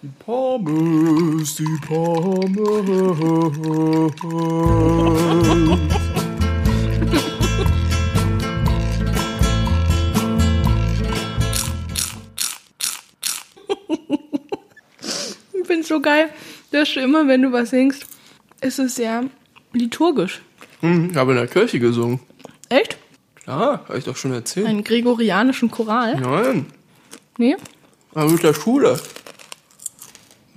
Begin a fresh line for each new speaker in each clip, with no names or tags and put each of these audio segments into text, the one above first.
Die Pommes, die Pommes.
Ich finde so geil, dass du immer, wenn du was singst, ist es sehr liturgisch.
Hm, ich habe in der Kirche gesungen.
Echt?
Ja, habe ich doch schon erzählt.
Einen gregorianischen Choral?
Nein,
Nee?
aber mit der Schule.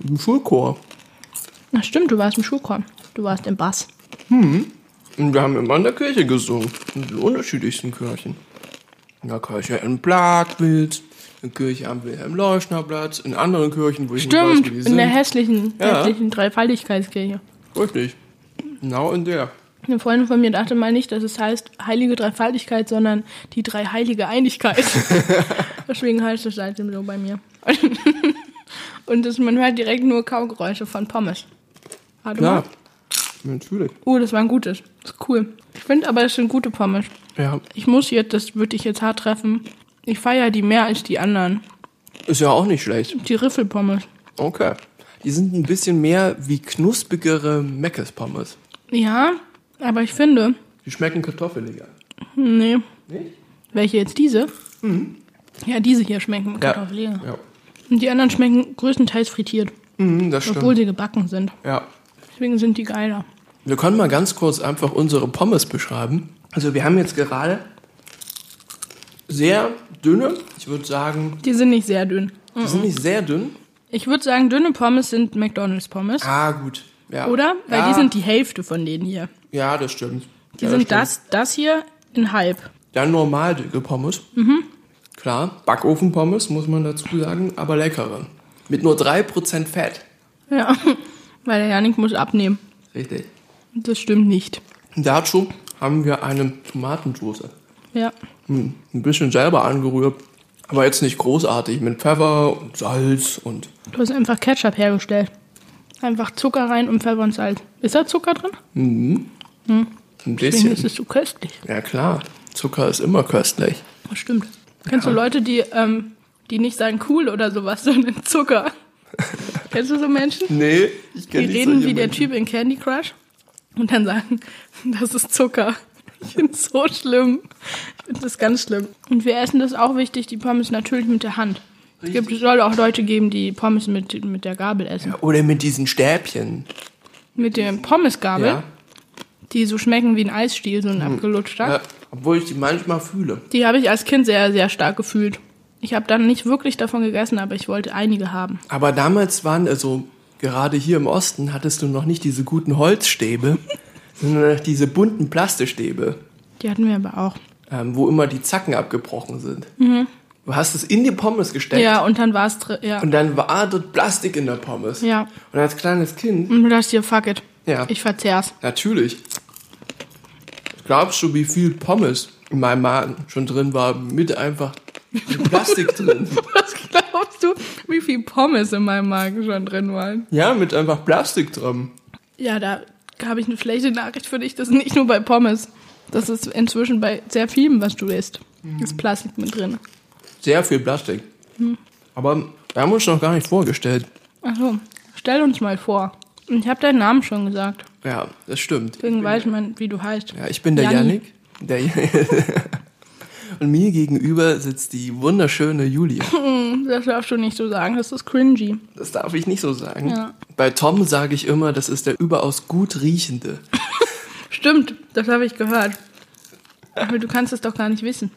Im Schulchor.
Ach stimmt, du warst im Schulchor. Du warst im Bass.
Und wir haben immer in der Kirche gesungen. In den unterschiedlichsten Kirchen. In der Kirche in Plagwitz, in der Kirche am Wilhelm-Leuschner-Platz, in anderen Kirchen, wo ich
Stimmt,
nicht weiß, wo die
in der
sind.
hässlichen,
Ja.
hässlichen Dreifaltigkeitskirche.
Richtig. Genau in der.
Eine Freundin von mir dachte mal nicht, dass es heißt heilige Dreifaltigkeit, sondern die dreiheilige Einigkeit. Deswegen heißt es seitdem so bei mir. Und das, man hört direkt nur Kaugeräusche von Pommes. Warte
Klar.
mal.
Natürlich.
Oh, das war ein gutes. Das ist cool. Ich finde aber, das sind gute Pommes.
Ja,
Ich muss jetzt, das würde ich jetzt hart treffen. Ich feiere die mehr als die anderen.
ist ja auch nicht schlecht.
Die Riffelpommes.
Okay. Die sind ein bisschen mehr wie knusprigere Meckes-Pommes.
Ja, aber ich finde,
Die schmecken kartoffeliger.
nee.
Nicht?
Welche jetzt diese?
Mhm.
Ja, diese hier schmecken Kartoffeln.
Ja.
Und die anderen schmecken größtenteils frittiert,
Mhm, das stimmt.
obwohl sie gebacken sind.
Ja.
Deswegen sind die geiler.
Wir können mal ganz kurz einfach unsere Pommes beschreiben. Also wir haben jetzt gerade sehr dünne, ich würde sagen,
Die sind nicht sehr dünn.
die sind nicht sehr dünn.
Ich würde sagen, dünne Pommes sind McDonalds Pommes,
Ah, gut. Ja.
oder? Weil
ja,
die sind die Hälfte von denen hier.
Ja, das stimmt.
Die
ja,
sind
das. stimmt.
das, das hier in halb.
Dann normal dicke Pommes. Mhm. Klar, Backofenpommes muss man dazu sagen, aber leckere. Mit nur 3% Fett.
Ja, weil der Janik muss abnehmen.
Richtig.
Und Das stimmt nicht.
Und dazu haben wir eine Tomatensoße.
Ja.
Hm, ein bisschen selber angerührt, aber jetzt nicht großartig. Mit Pfeffer und Salz und
Du hast einfach Ketchup hergestellt. Einfach Zucker rein und Pfeffer und Salz. Ist da Zucker drin?
ein
Deswegen
bisschen.
ist es so köstlich.
Ja klar, Zucker ist immer köstlich.
Das stimmt. Kennst du Leute, die, ähm, die nicht sagen cool oder sowas, sondern Zucker? Kennst du so Menschen?
Nee, ich
Die
kenne
reden wie der Typ in Candy Crush und dann sagen, das ist Zucker. Ich find's so schlimm. Ich finde das ganz schlimm. Und wir essen das auch wichtig, die Pommes natürlich mit der Hand. Es gibt, es soll auch Leute geben, die Pommes mit, mit der Gabel essen.
Oder mit diesen Stäbchen.
Mit der Pommesgabel,
Ja. Mhm.
die so schmecken wie ein Eisstiel, so ein abgelutschter.
ja. Obwohl ich die manchmal fühle.
Die habe ich als Kind sehr, sehr stark gefühlt. Ich habe dann nicht wirklich davon gegessen, aber ich wollte einige haben.
Aber damals waren, also gerade hier im Osten, hattest du noch nicht diese guten Holzstäbe, sondern diese bunten Plastistäbe,
Die hatten wir aber auch.
ähm, wo immer die Zacken abgebrochen sind. Du hast es in die Pommes gesteckt
Ja, und dann war es drin. Ja.
und dann war dort Plastik in der Pommes.
Ja.
Und als kleines Kind,
Und du dachtest dir, fuck it.
Ja.
Ich verzehr's.
natürlich, glaubst du, wie viel Pommes in meinem Magen schon drin war, mit einfach Plastik drin?
Was glaubst du, wie viel Pommes in meinem Magen schon drin waren?
Ja, mit einfach Plastik drin.
Ja, da habe ich eine schlechte Nachricht für dich. Das ist nicht nur bei Pommes. Das ist inzwischen bei sehr vielem, was du isst. Ist Plastik mit drin.
Sehr viel Plastik. Aber wir haben uns noch gar nicht vorgestellt.
Achso, stell uns mal vor. Ich habe deinen Namen schon gesagt.
Ja, das stimmt.
Deswegen weiß man, wie du heißt.
Ja, ich bin der
Janni.
Yannick. Der Und mir gegenüber sitzt die wunderschöne Julia.
Mhm, Das darfst du nicht so sagen. Das ist cringy.
Das darf ich nicht so sagen.
Ja.
Bei Tom sage ich immer, das ist der überaus gut riechende.
Stimmt, das habe ich gehört. Aber du kannst es doch gar nicht wissen.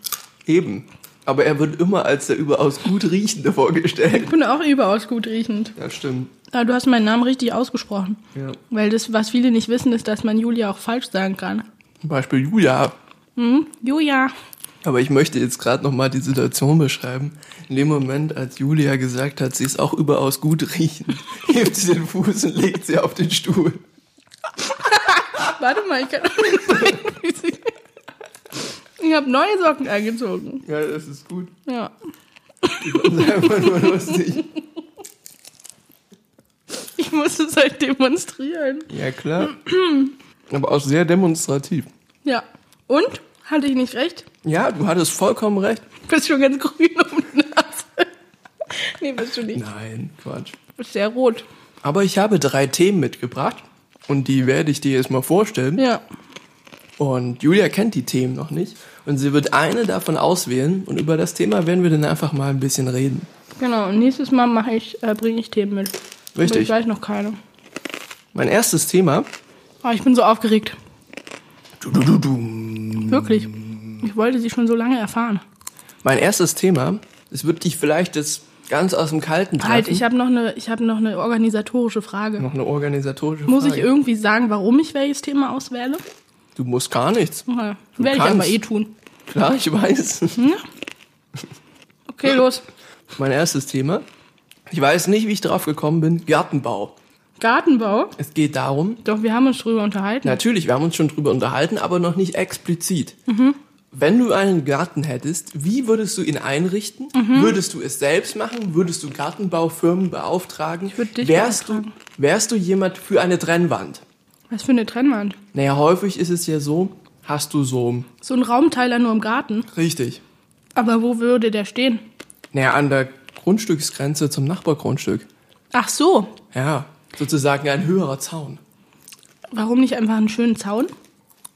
Eben. Aber er wird immer als der überaus gut riechende vorgestellt.
Ich bin auch überaus gut riechend.
Das stimmt.
Aber Ah, du hast meinen Namen richtig ausgesprochen.
Ja.
Weil das, was viele nicht wissen, ist, dass man Julia auch falsch sagen kann.
Zum Beispiel Julia.
Julia.
Aber ich möchte jetzt gerade nochmal die Situation beschreiben. In dem Moment, als Julia gesagt hat, sie ist auch überaus gut riechend, hebt sie den Fuß und legt sie auf den Stuhl.
Warte mal, ich kann doch nicht sehen, wie sie... Ich habe neue Socken angezogen.
Ja, das ist gut.
Ja.
Das ist einfach nur lustig.
Ich muss es halt demonstrieren.
Ja, klar. Aber auch sehr demonstrativ.
Ja. Und? Hatte ich nicht recht?
Ja, du hattest vollkommen recht.
Bist schon ganz grün um die Nase. Nee, Nee, bist du nicht.
Nein, Quatsch.
Du bist sehr rot.
Aber ich habe drei Themen mitgebracht und die werde ich dir jetzt mal vorstellen.
Ja.
Und Julia kennt die Themen noch nicht und sie wird eine davon auswählen und über das Thema werden wir dann einfach mal ein bisschen reden.
Genau, und nächstes Mal mache ich, äh, bringe ich Themen mit. Aber
Richtig.
ich weiß noch keine.
Mein erstes Thema.
Oh, ich bin so aufgeregt.
Du, du, du, du.
Wirklich. Ich wollte sie schon so lange erfahren.
Mein erstes Thema. Es wird dich vielleicht jetzt ganz aus dem Kalten treffen.
Halt, ich habe noch eine, ich habe noch eine organisatorische Frage.
noch eine organisatorische
Muss ich
Frage.
irgendwie sagen, warum ich welches Thema auswähle?
Du musst gar nichts.
Ja, werde ich
kannst.
aber eh tun.
Klar, ich weiß.
Okay, los.
mein erstes Thema. Ich weiß nicht, wie ich drauf gekommen bin. Gartenbau.
Gartenbau.
Es geht darum,
Doch, wir haben uns drüber unterhalten.
natürlich, wir haben uns schon drüber unterhalten, aber noch nicht explizit. Wenn du einen Garten hättest, wie würdest du ihn einrichten? Würdest du es selbst machen? Würdest du Gartenbaufirmen beauftragen? Ich
würd dich
wärst
beauftragen.
Du, wärst du jemand für eine Trennwand?
Was für eine Trennwand.
Naja, häufig ist es ja so, hast du so,
So ein Raumteiler nur im Garten.
richtig,
Aber wo würde der stehen?
naja, an der Grundstücksgrenze zum Nachbargrundstück.
Ach so.
Ja, sozusagen ein höherer Zaun.
Warum nicht einfach einen schönen Zaun?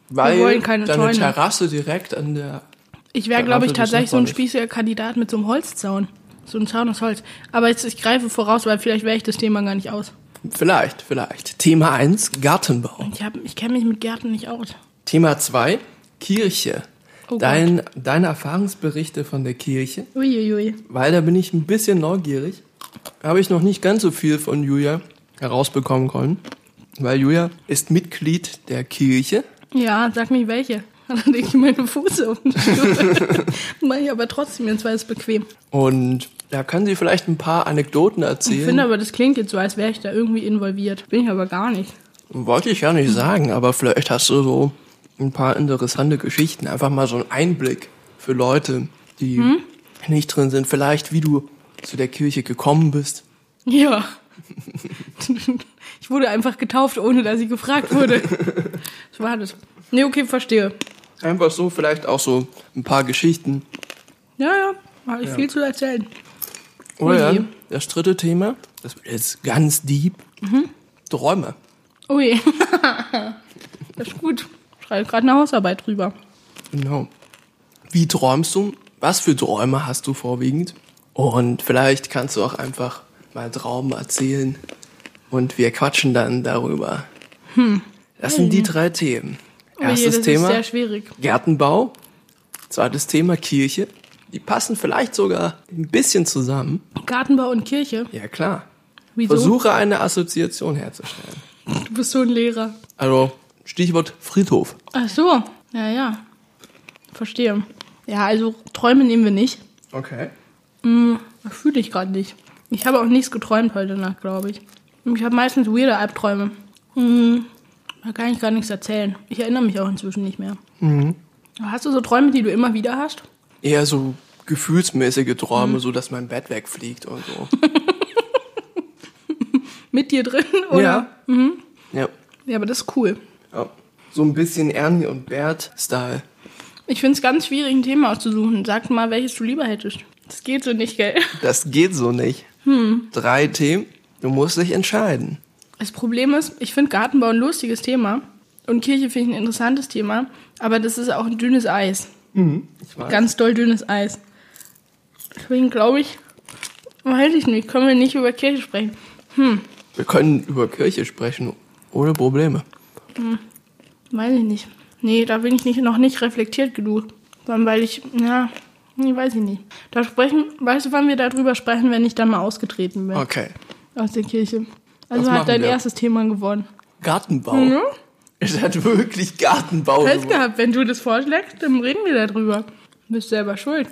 Weil
wollen keine
deine
Zäune.
Terrasse direkt an der,
Ich wäre,
Ja,
glaube ich,
natürlich
tatsächlich so ein
sinnvoll
spießiger Kandidat mit so einem Holzzaun. So ein Zaun aus Holz. Aber jetzt, ich greife voraus, weil vielleicht wähle ich das Thema gar nicht aus.
vielleicht, vielleicht. Thema 1, Gartenbau.
Ich, hab- ich kenne mich mit Gärten nicht aus.
Thema 2, Kirche.
Oh
Dein, deine Erfahrungsberichte von der Kirche,
Uiuiui.
weil da bin ich ein bisschen neugierig. Habe ich noch nicht ganz so viel von Julia herausbekommen können, weil Julia ist Mitglied der Kirche.
Ja, sag mir welche. Dann lege ich meine Füße auf den Stuhl. Mach ich aber trotzdem, jetzt war es bequem.
Und da kann sie vielleicht ein paar Anekdoten
Ich finde
erzählen.
aber, das klingt jetzt so, als wäre ich da irgendwie involviert. Bin ich aber gar nicht.
Wollte ich ja nicht sagen, aber vielleicht hast du so ein paar interessante Geschichten. Einfach mal so einen Einblick für Leute, die
Hm?
nicht drin sind. Vielleicht, wie du zu der Kirche gekommen bist.
Ja. Ich wurde einfach getauft, ohne dass ich gefragt wurde. So war das. Nee, okay, verstehe.
Einfach so, vielleicht auch so ein paar Geschichten.
Ja, ja, habe ich viel zu erzählen.
Oder
Ui.
das dritte Thema, das wird jetzt ganz deep.
Mhm.
Träume.
Ui. Oh das ist gut. Schreibe gerade eine Hausarbeit drüber.
Genau. Wie träumst du? Was für Träume hast du vorwiegend? Und vielleicht kannst du auch einfach mal Traum erzählen und wir quatschen dann darüber.
Hm.
Das sind die drei Themen. Erstes
Ui, Mhm. Oh das ist
Thema
sehr schwierig.
Gärtenbau, zweites Thema Kirche. Die passen vielleicht sogar ein bisschen zusammen.
Gartenbau und Kirche.
Ja klar.
Wieso?
Versuche eine Assoziation herzustellen.
Du bist so ein Lehrer.
Also Stichwort Friedhof.
Ach so. Ja, ja. Verstehe. Ja, also Träume nehmen wir nicht.
Okay.
Hm, fühle ich gerade nicht. Ich habe auch nichts geträumt heute Nacht, glaube ich. Ich habe meistens weirde Albträume. Hm, da kann ich gar nichts erzählen. Ich erinnere mich auch inzwischen nicht mehr. Aber Hast du so Träume, die du immer wieder hast?
Eher so gefühlsmäßige
Mhm.
Träume, so dass mein Bett wegfliegt und so.
Mit dir drin? Oder? Mhm.
Ja. Ja.
Ja, aber das ist cool.
ja. So ein bisschen Ernie und Bert-Style.
Ich finde es ganz schwierig, ein Thema auszusuchen. Sag mal, welches du lieber hättest. Das geht so nicht, gell?
Das geht so nicht. Hm. Drei Themen, du musst dich entscheiden.
Das Problem ist, ich finde Gartenbau ein lustiges Thema. Und Kirche finde ich ein interessantes Thema. Aber das ist auch ein dünnes Eis.
Ich weiß.
Ganz doll dünnes Eis. Deswegen glaube ich, weiß ich nicht, können wir nicht über Kirche sprechen.
Wir können über Kirche sprechen, ohne Probleme.
Weiß ich nicht. Nee, da bin ich nicht, noch nicht reflektiert genug. Sondern weil ich, ja, nee, weiß ich nicht. Da sprechen, weißt du, wann wir darüber sprechen, wenn ich dann mal ausgetreten bin
Okay.
aus der Kirche. Also
Das
hat
machen
dein
wir.
erstes Thema gewonnen.
Gartenbau.
Mhm.
Es hat wirklich Gartenbau.
Pech
gemacht.
gehabt, wenn Oh, du das vorschlägst, dann reden wir darüber. Du bist selber schuld.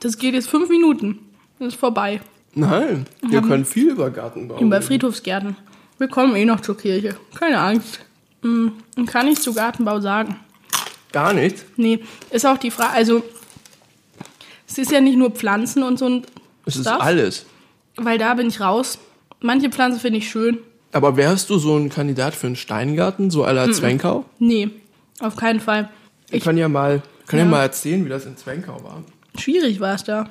Das geht jetzt fünf Minuten. Das ist vorbei.
Nein, wir können viel über Gartenbau.
Über
reden.
Friedhofsgärten. Wir kommen eh noch zur Kirche. Keine Angst. Hm, Und kann ich zu Gartenbau sagen?
Gar nicht.
Nee, ist auch die Frage, also es ist ja nicht nur Pflanzen und so ein
Es ist
Stuff,
alles.
weil da bin ich raus. Manche Pflanzen finde ich schön.
Aber wärst du so ein Kandidat für einen Steingarten, so à la Zwenkau?
Nee, auf keinen Fall.
Ich
Mhm. Ich,
kann ja mal, kann ja.
Ja.
mal erzählen, wie das in Zwenkau war.
schwierig war es da.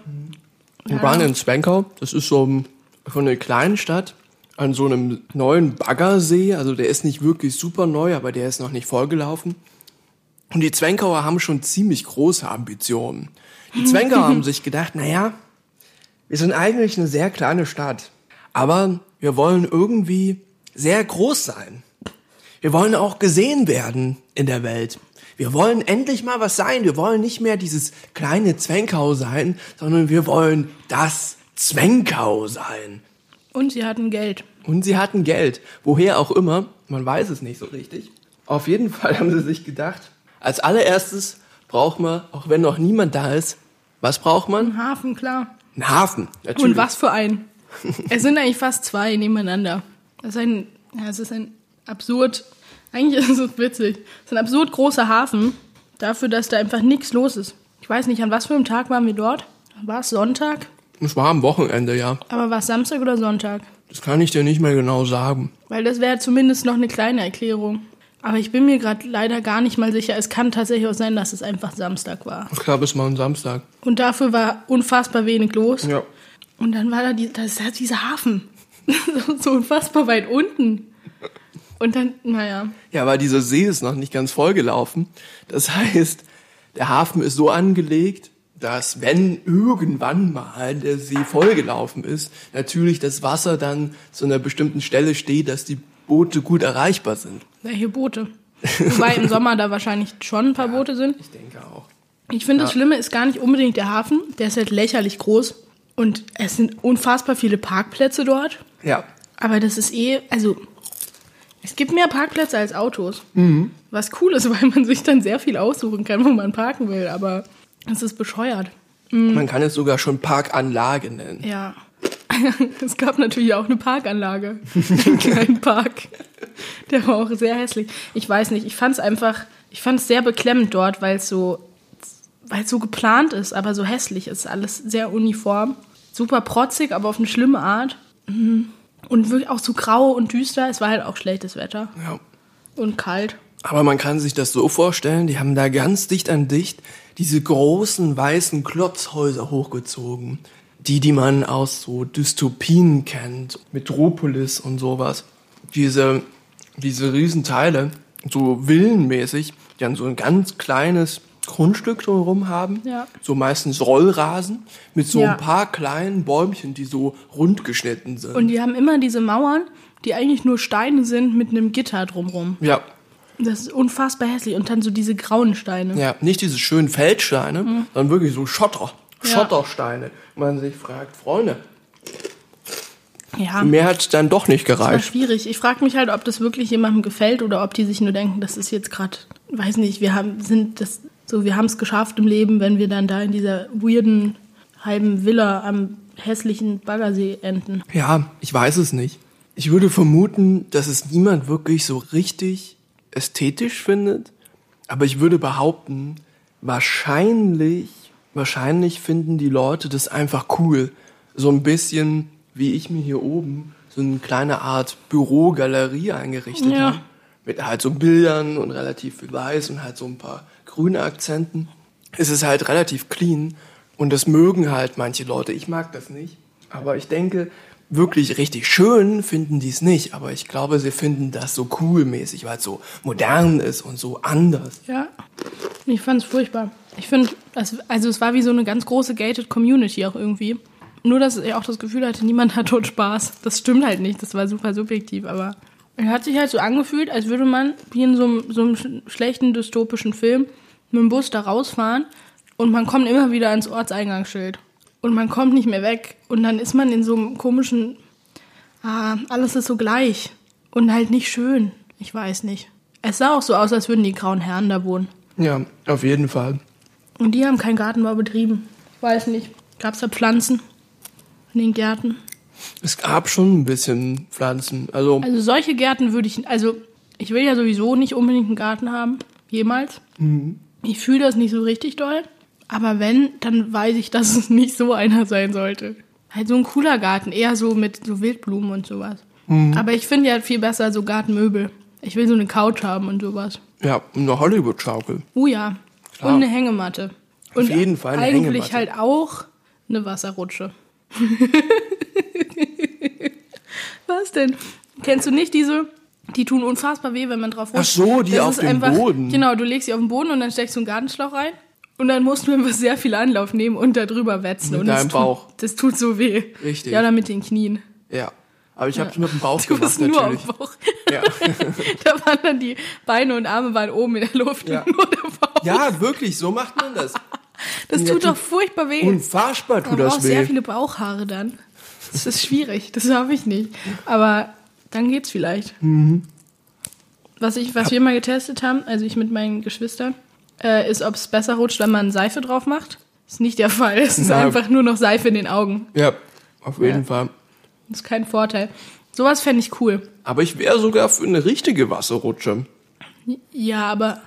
Wir waren in Zwenkau, das ist so ein- von einer kleinen Stadt an so einem neuen Baggersee. Also der ist nicht wirklich super neu, aber der ist noch nicht vollgelaufen. Und die Zwenkauer haben schon ziemlich große Ambitionen. Die Zwenkauer haben sich gedacht, naja, wir sind eigentlich eine sehr kleine Stadt, aber wir wollen irgendwie sehr groß sein. Wir wollen auch gesehen werden in der Welt. Wir wollen endlich mal was sein. Wir wollen nicht mehr dieses kleine Zwenkau sein, sondern wir wollen das Zwenkau sein.
Und sie hatten Geld.
Und sie hatten Geld. Woher auch immer, man weiß es nicht so richtig. Auf jeden Fall haben sie sich gedacht, als allererstes braucht man, auch wenn noch niemand da ist, was braucht man?
Ein Hafen, klar.
Einen Hafen. Natürlich.
Und was für ein. Es sind eigentlich fast zwei nebeneinander. Das ist ein, ja, es ist ein absurd, eigentlich ist es witzig. Es ist ein absurd großer Hafen dafür, dass da einfach nichts los ist. Ich weiß nicht, an was für einem Tag waren wir dort? War es Sonntag?
Es war am Wochenende, ja.
Aber war es Samstag oder Sonntag?
Das kann ich dir nicht mehr genau sagen.
Weil das wäre zumindest noch eine kleine Erklärung. Aber ich bin mir gerade leider gar nicht mal sicher. Es kann tatsächlich auch sein, dass es einfach Samstag war.
Ich glaube, es war ein Samstag.
Und dafür war unfassbar wenig los.
Ja.
Und dann war da, die, da ist halt dieser Hafen. so unfassbar weit unten. Und dann, naja.
Ja, aber dieser See ist noch nicht ganz vollgelaufen. Das heißt, der Hafen ist so angelegt, dass wenn irgendwann mal der See vollgelaufen ist, natürlich das Wasser dann zu einer bestimmten Stelle steht, dass die Boote gut erreichbar sind.
Welche Boote? Wobei im Sommer da wahrscheinlich schon ein paar Boote sind.
Ich denke auch.
Ich finde, das Schlimme ist gar nicht unbedingt der Hafen. Der ist halt lächerlich groß. Und es sind unfassbar viele Parkplätze dort.
Ja.
Aber das ist eh, also es gibt mehr Parkplätze als Autos. Was cool ist, weil man sich dann sehr viel aussuchen kann, wo man parken will. Aber es ist bescheuert.
Man kann es sogar schon Parkanlage nennen.
Ja. Es gab natürlich auch eine Parkanlage. Einen kleinen Park. Der war auch sehr hässlich. Ich weiß nicht, ich fand es einfach, ich fand es sehr beklemmend dort, weil es so, weil es so geplant ist, aber so hässlich ist. Alles sehr uniform. Super protzig, aber auf eine schlimme Art. Mhm. Und wirklich auch so grau und düster. Es war halt auch schlechtes Wetter
Ja.
und kalt.
Aber man kann sich das so vorstellen, die haben da ganz dicht an dicht diese großen weißen Klotzhäuser hochgezogen. Die, die man aus so Dystopien kennt, Metropolis und sowas. Diese, diese Riesenteile, so villenmäßig, die dann so ein ganz kleines Grundstück drumherum haben.
Ja.
So meistens Rollrasen mit so
Ja.
ein paar kleinen Bäumchen, die so rund geschnitten sind.
Und die haben immer diese Mauern, die eigentlich nur Steine sind mit einem Gitter drumrum.
ja,
Das ist unfassbar hässlich. Und dann so diese grauen Steine.
Ja, nicht diese schönen Feldsteine, sondern wirklich so Schotter,
Ja.
Schottersteine. Und Man sich fragt, Freunde,
Ja,
mehr hat's dann doch nicht
das war
gereicht.
schwierig. Ich frage mich halt, ob das wirklich jemandem gefällt oder ob die sich nur denken, das ist jetzt gerade, weiß nicht, wir haben sind das so, wir haben es geschafft im Leben, wenn wir dann da in dieser weirden halben Villa am hässlichen Baggersee enden.
Ja, ich weiß es nicht. Ich würde vermuten, dass es niemand wirklich so richtig ästhetisch findet. Aber ich würde behaupten, wahrscheinlich, wahrscheinlich finden die Leute das einfach cool. So ein bisschen, wie ich mir hier oben so eine kleine Art Bürogalerie eingerichtet
Ja.
habe. Mit halt so Bildern und relativ viel Weiß und halt so ein paar grüne Akzenten. Es ist halt relativ clean und das mögen halt manche Leute. Ich mag das nicht. Aber ich denke, wirklich richtig schön finden die es nicht. Aber ich glaube, sie finden das so coolmäßig, weil es so modern ist und so anders.
Ja. Ich fand es furchtbar. Ich finde, also es war wie so eine ganz große gated Community auch irgendwie. Nur, dass ich auch das Gefühl hatte, niemand hat dort Spaß. Das stimmt halt nicht. Das war super subjektiv, aber es hat sich halt so angefühlt, als würde man wie in so einem, so einem sch- schlechten dystopischen Film mit dem Bus da rausfahren und man kommt immer wieder ans Ortseingangsschild. Und man kommt nicht mehr weg. Und dann ist man in so einem komischen, ah, alles ist so gleich. Und halt nicht schön. Ich weiß nicht. Es sah auch so aus, als würden die grauen Herren da wohnen.
Ja, auf jeden Fall.
Und die haben keinen Gartenbau betrieben. Ich weiß nicht. Gab es da Pflanzen in den Gärten?
Es gab schon ein bisschen Pflanzen. Also,
Also solche Gärten würde ich, also ich will ja sowieso nicht unbedingt einen Garten haben, jemals. Ich fühle das nicht so richtig doll. Aber wenn, dann weiß ich, dass es nicht so einer sein sollte. Halt so ein cooler Garten, eher so mit so Wildblumen und sowas. Aber ich finde ja viel besser so Gartenmöbel. Ich will so eine Couch haben und sowas.
ja, eine Hollywood-Schaukel.
Oh ja.
Klar.
Und eine Hängematte. Und
Ah. jeden Fall eine
eigentlich
Hängematte.
halt auch Eine Wasserrutsche. Was denn? Kennst du nicht diese? Die tun unfassbar weh, wenn man drauf rutscht.
Ach so, die auf
ist
dem Boden.
Genau, du legst sie auf den Boden und dann steckst du einen Gartenschlauch rein. Und dann musst du einfach sehr viel Anlauf nehmen und da drüber wetzen.
Mit
und das
deinem
tut,
Bauch.
Das tut so weh.
Richtig.
Ja, oder mit den Knien.
Ja. Aber ich habe es mit dem Bauch
Du
gemacht,
bist nur
natürlich.
am Bauch.
Ja.
Da waren dann die Beine und Arme waren oben in der Luft
Ja.
und nur der Bauch.
ja, wirklich, so macht man das.
Das
Ja,
tut
tut-
doch furchtbar weh.
Unfassbar
Man
tut
braucht
das
sehr
weh.
viele Bauchhaare dann. Das ist schwierig, das habe ich nicht. Aber dann geht's vielleicht.
Mhm.
Was, ich, was wir mal getestet haben, also ich mit meinen Geschwistern, äh, ist, ob es besser rutscht, wenn man Seife drauf macht. Ist nicht der Fall. Es ist
Nein.
einfach nur noch Seife in den Augen.
Ja, auf jeden
Ja.
Fall.
Ist kein Vorteil. Sowas fände ich cool.
Aber ich wäre sogar für eine richtige Wasserrutsche.
Ja, aber.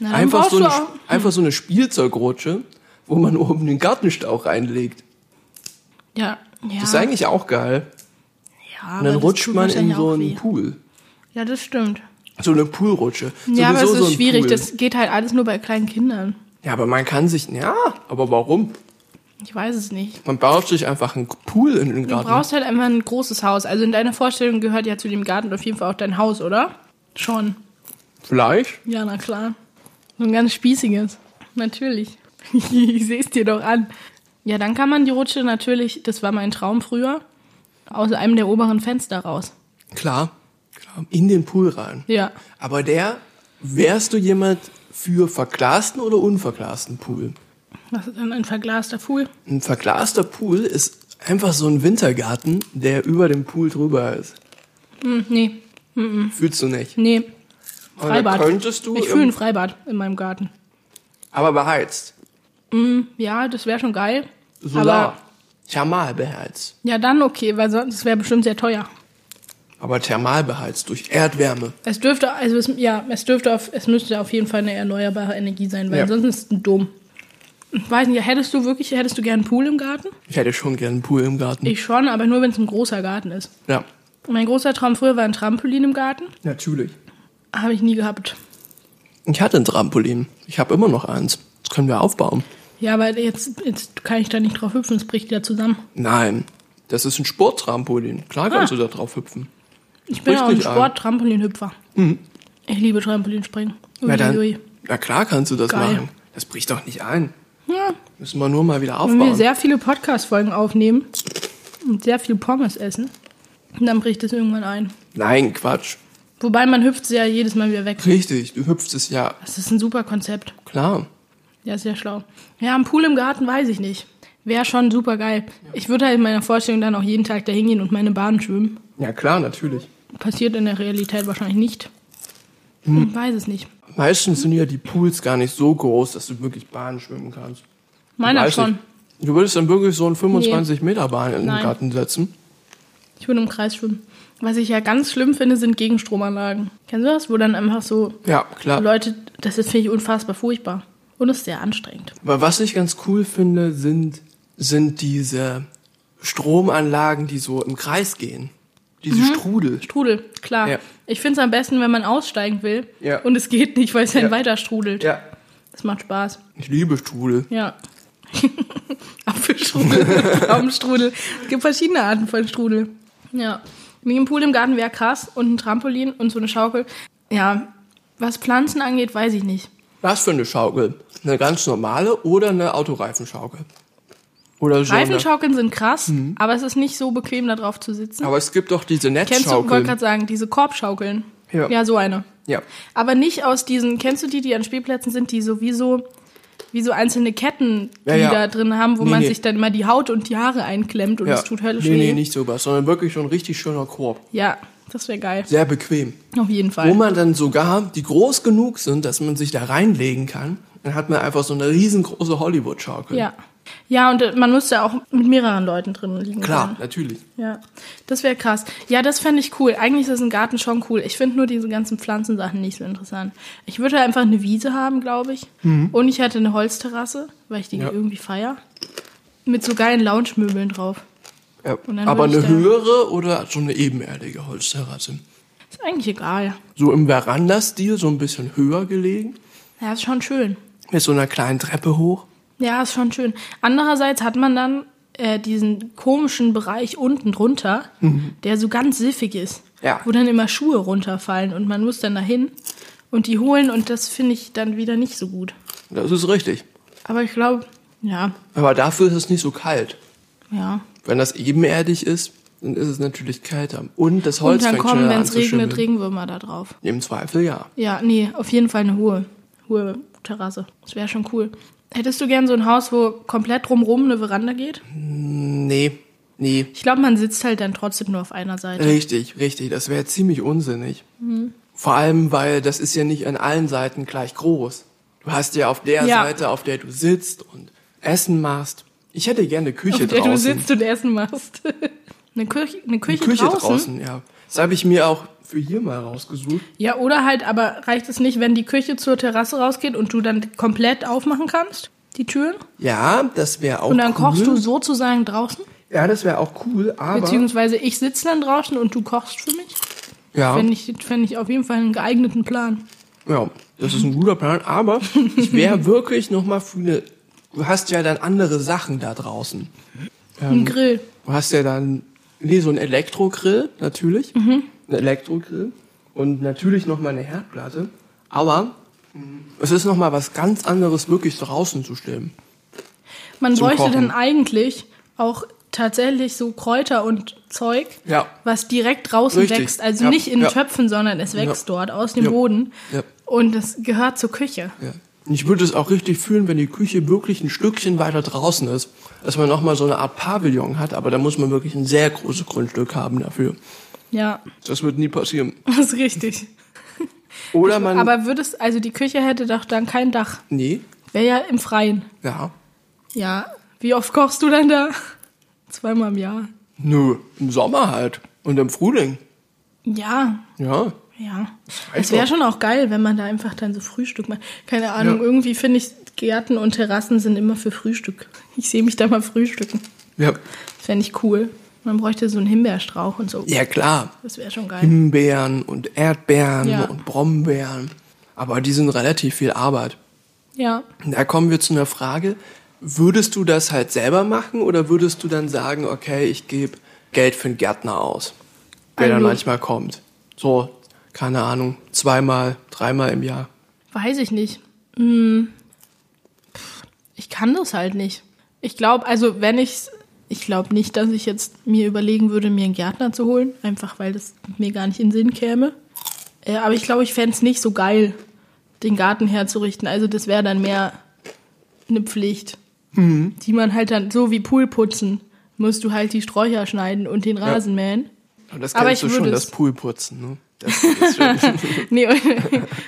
Na, dann
Einfach
brauchst
so,
du
eine,
auch.
einfach so eine Spielzeugrutsche, wo man oben den Gartenschlauch reinlegt.
Ja, ja.
Das ist eigentlich auch geil. Und dann
ja Ah. aber das
rutscht
tut
man in
wahrscheinlich
so
auch
einen
weh.
Pool.
Ja, das stimmt.
So eine Poolrutsche.
Ja, aber es
Sowieso so
ist
ein
schwierig.
Pool.
Das geht halt alles nur bei kleinen Kindern.
ja, aber man kann sich, ja, aber warum?
Ich weiß es nicht.
Man baut sich einfach einen Pool in den
Du
Garten.
brauchst halt einfach ein großes Haus. Also in deiner Vorstellung gehört ja zu dem Garten auf jeden Fall auch dein Haus, oder? Schon.
Vielleicht.
Ja, na klar. So ein ganz spießiges. Natürlich. ich sehe es dir doch an. Ja, dann kann man die Rutsche natürlich, das war mein Traum früher, aus einem der oberen Fenster raus.
Klar. Klar. In den Pool rein.
Ja.
Aber der, wärst du jemand für verglasten oder unverglasten Pool?
Das ist dann ein verglaster Pool.
Ein verglaster Pool ist einfach so ein Wintergarten, der über dem Pool drüber ist.
Hm, nee,
Fühlst du nicht?
nee.
Aber da
Freibad.
könntest du
ich
im-
fühle ein Freibad in meinem Garten. Hm,
Aber beheizt.
Ja, das wäre schon geil.
Solar.
Aber
Thermal beheizt.
ja, dann okay, weil sonst das wäre bestimmt sehr teuer.
Aber thermal beheizt durch Erdwärme.
Es dürfte, also es, ja, es dürfte auf, es müsste auf jeden Fall eine erneuerbare Energie sein, weil
Ja.
ansonsten ist es dumm. Ich weiß nicht, hättest du wirklich, hättest du gern einen Pool im Garten?
Ich hätte schon gern einen Pool im Garten.
Ich schon, aber nur wenn es ein großer Garten ist.
ja,
Mein großer Traum früher war ein Trampolin im Garten.
natürlich.
Habe ich nie gehabt.
Ich hatte ein Trampolin. Ich habe immer noch eins. Das können wir aufbauen.
Ja, aber jetzt, jetzt kann ich da nicht drauf hüpfen, es bricht wieder zusammen.
Nein, das ist ein Sporttrampolin. Klar kannst
Ah.
du da drauf hüpfen.
Ich bin auch ein
Richtig, Arne.
Sport-Trampolinhüpfer. Ich liebe Trampolinspringen.
Na,
Uiuiui.
dann, na klar kannst du das
Geil.
machen. Das bricht doch nicht ein.
Ja,
Müssen wir nur mal wieder
wenn wir
aufbauen.
sehr viele Podcast-Folgen aufnehmen und sehr viel Pommes essen, dann bricht es irgendwann ein.
Nein, Quatsch.
Wobei man hüpft sie ja jedes Mal wieder weg.
Richtig, du hüpfst es ja.
Das ist ein super Konzept.
Klar.
Ja, sehr schlau. Ja, am Pool im Garten weiß ich nicht. Wäre schon super geil. Ich würde halt in meiner Vorstellung dann auch jeden Tag da hingehen und meine Bahn schwimmen.
Ja, klar, natürlich.
Passiert in der Realität wahrscheinlich nicht.
Hm.
Ich weiß es nicht.
Meistens sind ja die Pools gar nicht so groß, dass du wirklich Bahnen schwimmen kannst.
Meiner
Weiß
schon.
Ich. Du würdest dann wirklich so einen 25-Meter-Bahn in den
Nein.
Garten setzen.
Ich würde im Kreis schwimmen. Was ich ja ganz schlimm finde, sind Gegenstromanlagen. Kennst du das? Wo dann einfach so
Ja, klar.
Leute, das ist, finde ich, unfassbar furchtbar. Und ist sehr anstrengend.
Aber was ich ganz cool finde, sind, sind diese Stromanlagen, die so im Kreis gehen. Diese
Mhm.
Strudel.
Strudel, klar.
Ja.
Ich finde es am besten, wenn man aussteigen will
Ja.
und es geht nicht, weil es dann
Ja.
weiter strudelt.
Ja.
Das macht Spaß.
Ich liebe Strudel.
Ja. Apfelstrudel, Traubenstrudel. Es gibt verschiedene Arten von Strudel. Ja. Wie im Pool im Garten wäre krass und ein Trampolin und so eine Schaukel. Ja, was Pflanzen angeht, weiß ich nicht.
Was für eine Schaukel? Eine ganz normale oder eine Autoreifenschaukel? Oder so eine.
Reifenschaukeln sind krass, aber es ist nicht so bequem, da drauf zu sitzen.
Mhm. Aber es gibt doch diese
Kennst du, wollte
Netzschaukeln.
gerade sagen, diese Korbschaukeln.
Ja.
ja, so eine.
Ja.
Aber nicht aus diesen, kennst du die, die an Spielplätzen sind, die sowieso wie so einzelne Ketten, die
Ja, ja.
da drin haben, wo
Nee,
man
nee.
sich dann mal die Haut und die Haare einklemmt und
ja.
es tut höllisch
nee,
weh.
nee, nicht sowas, sondern wirklich schon ein richtig schöner Korb.
Ja, das wäre geil.
Sehr bequem.
Auf jeden Fall.
Wo man dann sogar, die groß genug sind, dass man sich da reinlegen kann, dann hat man einfach so eine riesengroße Hollywood-Schaukel.
ja. Ja, und äh, man müsste auch mit mehreren Leuten drin liegen.
Klar,
können.
natürlich.
Ja. Das wäre krass. Ja, das fände ich cool. Eigentlich ist ein Garten schon cool. Ich finde nur diese ganzen Pflanzensachen nicht so interessant. Ich würde halt einfach eine Wiese haben, glaube ich. Und ich hätte eine Holzterrasse, weil ich die
Mhm. Ja.
irgendwie feier. Mit so geilen Lounge-Möbeln drauf.
Ja.
Und dann
Aber
würde ich
eine
da-
höhere oder so eine ebenerdige Holzterrasse.
Ist eigentlich egal.
So im Verandastil, so ein bisschen höher gelegen,
Ja, ist schon schön.
mit so einer kleinen Treppe hoch.
Ja, ist schon schön. Andererseits hat man dann äh, diesen komischen Bereich unten drunter, der so ganz siffig ist.
Ja.
Wo dann immer Schuhe runterfallen und man muss dann dahin und die holen und das finde ich dann wieder nicht so gut.
Das ist richtig.
Aber ich glaube, ja,
Aber dafür ist es nicht so kalt.
ja.
Wenn das ebenerdig ist, dann ist es natürlich kälter. Und das Holz
und dann
fängt
kommen,
schneller
wenn
an
es
zu
regnet,
schimmeln.
Regenwürmer da drauf.
Im Zweifel ja.
Ja, nee, auf jeden Fall eine hohe, hohe Terrasse. Das wäre schon cool. Hättest du gern so ein Haus, wo komplett drumrum eine Veranda geht?
Nee, nee.
Ich glaube, man sitzt halt dann trotzdem nur auf einer Seite.
Richtig, richtig. Das wäre ziemlich unsinnig. Vor allem, weil das ist ja nicht an allen Seiten gleich groß. Du hast ja auf der
Ja.
Seite, auf der du sitzt und Essen machst. Ich hätte gerne eine
auf
Küche
der
draußen.
du sitzt und Essen machst. eine, Kirche, eine
Eine
Küche,
Küche
draußen?
draußen, ja. Das habe ich mir auch für hier mal rausgesucht.
Ja, oder halt, aber reicht es nicht, wenn die Küche zur Terrasse rausgeht und du dann komplett aufmachen kannst, die Türen?
Ja, das wäre auch
Und dann
Oh, cool.
kochst du sozusagen draußen?
Ja, das wäre auch cool, aber
Beziehungsweise ich sitze dann draußen und du kochst für mich?
ja,
Fände ich, fänd ich auf jeden Fall einen geeigneten Plan.
ja, das ist ein guter Plan, aber ich wäre wirklich noch mal für eine du hast ja dann andere Sachen da draußen. Ähm,
Ein Grill.
Du hast ja dann nee, so einen Elektrogrill natürlich, einen Elektrogrill und natürlich noch mal eine Herdplatte, aber es ist noch mal was ganz anderes wirklich draußen zu stimmen.
Man
Zum
bräuchte
Kochen.
dann eigentlich auch tatsächlich so Kräuter und Zeug,
Ja.
was direkt draußen
Richtig.
wächst. Also
Ja.
nicht in
Ja.
Töpfen, sondern es wächst dort aus dem
Ja.
Boden.
Ja.
Und es gehört zur Küche.
Ja. Und Ich würde es auch richtig fühlen, wenn die Küche wirklich ein Stückchen weiter draußen ist, dass man noch mal so eine Art Pavillon hat, aber da muss man wirklich ein sehr großes Grundstück haben dafür.
Ja,
Das wird nie passieren.
das ist richtig.
Oder man.
Aber würdest, also die Küche hätte doch dann kein Dach.
nee,
Wäre ja im Freien.
ja.
Ja. Wie oft kochst du denn da? Zweimal im Jahr.
Nö, im Sommer halt. Und im Frühling.
Ja,
Ja.
Ja.
reicht
Es wäre
doch.
schon auch geil, wenn man da einfach dann so Frühstück macht. Keine Ahnung,
Ja.
irgendwie finde ich, Gärten und Terrassen sind immer für Frühstück. Ich sehe mich da mal frühstücken.
Ja,
Das fände ich cool. Man bräuchte so einen Himbeerstrauch und so.
ja Mhm. klar.
Das wäre schon geil.
Himbeeren und Erdbeeren
Ja.
und Brombeeren. Aber die sind relativ viel Arbeit.
Ja.
Da kommen wir zu einer Frage. Würdest du das halt selber machen oder würdest du dann sagen, okay, ich gebe Geld für einen Gärtner aus, der dann
Also-
manchmal kommt? So, keine Ahnung, zweimal, dreimal im Jahr.
Weiß ich nicht. Hm. Pff, Ich kann das halt nicht. Ich glaube, also wenn ich ich glaube nicht, dass ich jetzt mir überlegen würde, mir einen Gärtner zu holen, einfach weil das mir gar nicht in den Sinn käme. Äh, aber ich glaube, ich fände es nicht so geil, den Garten herzurichten. Also das wäre dann mehr eine Pflicht, die man halt dann, so wie Pool putzen, musst du halt die Sträucher schneiden und den Rasen mähen.
Und das
Aber
kennst
ich
du schon,
würde
das
es-
Poolputzen, ne? Das ist schon
Nee,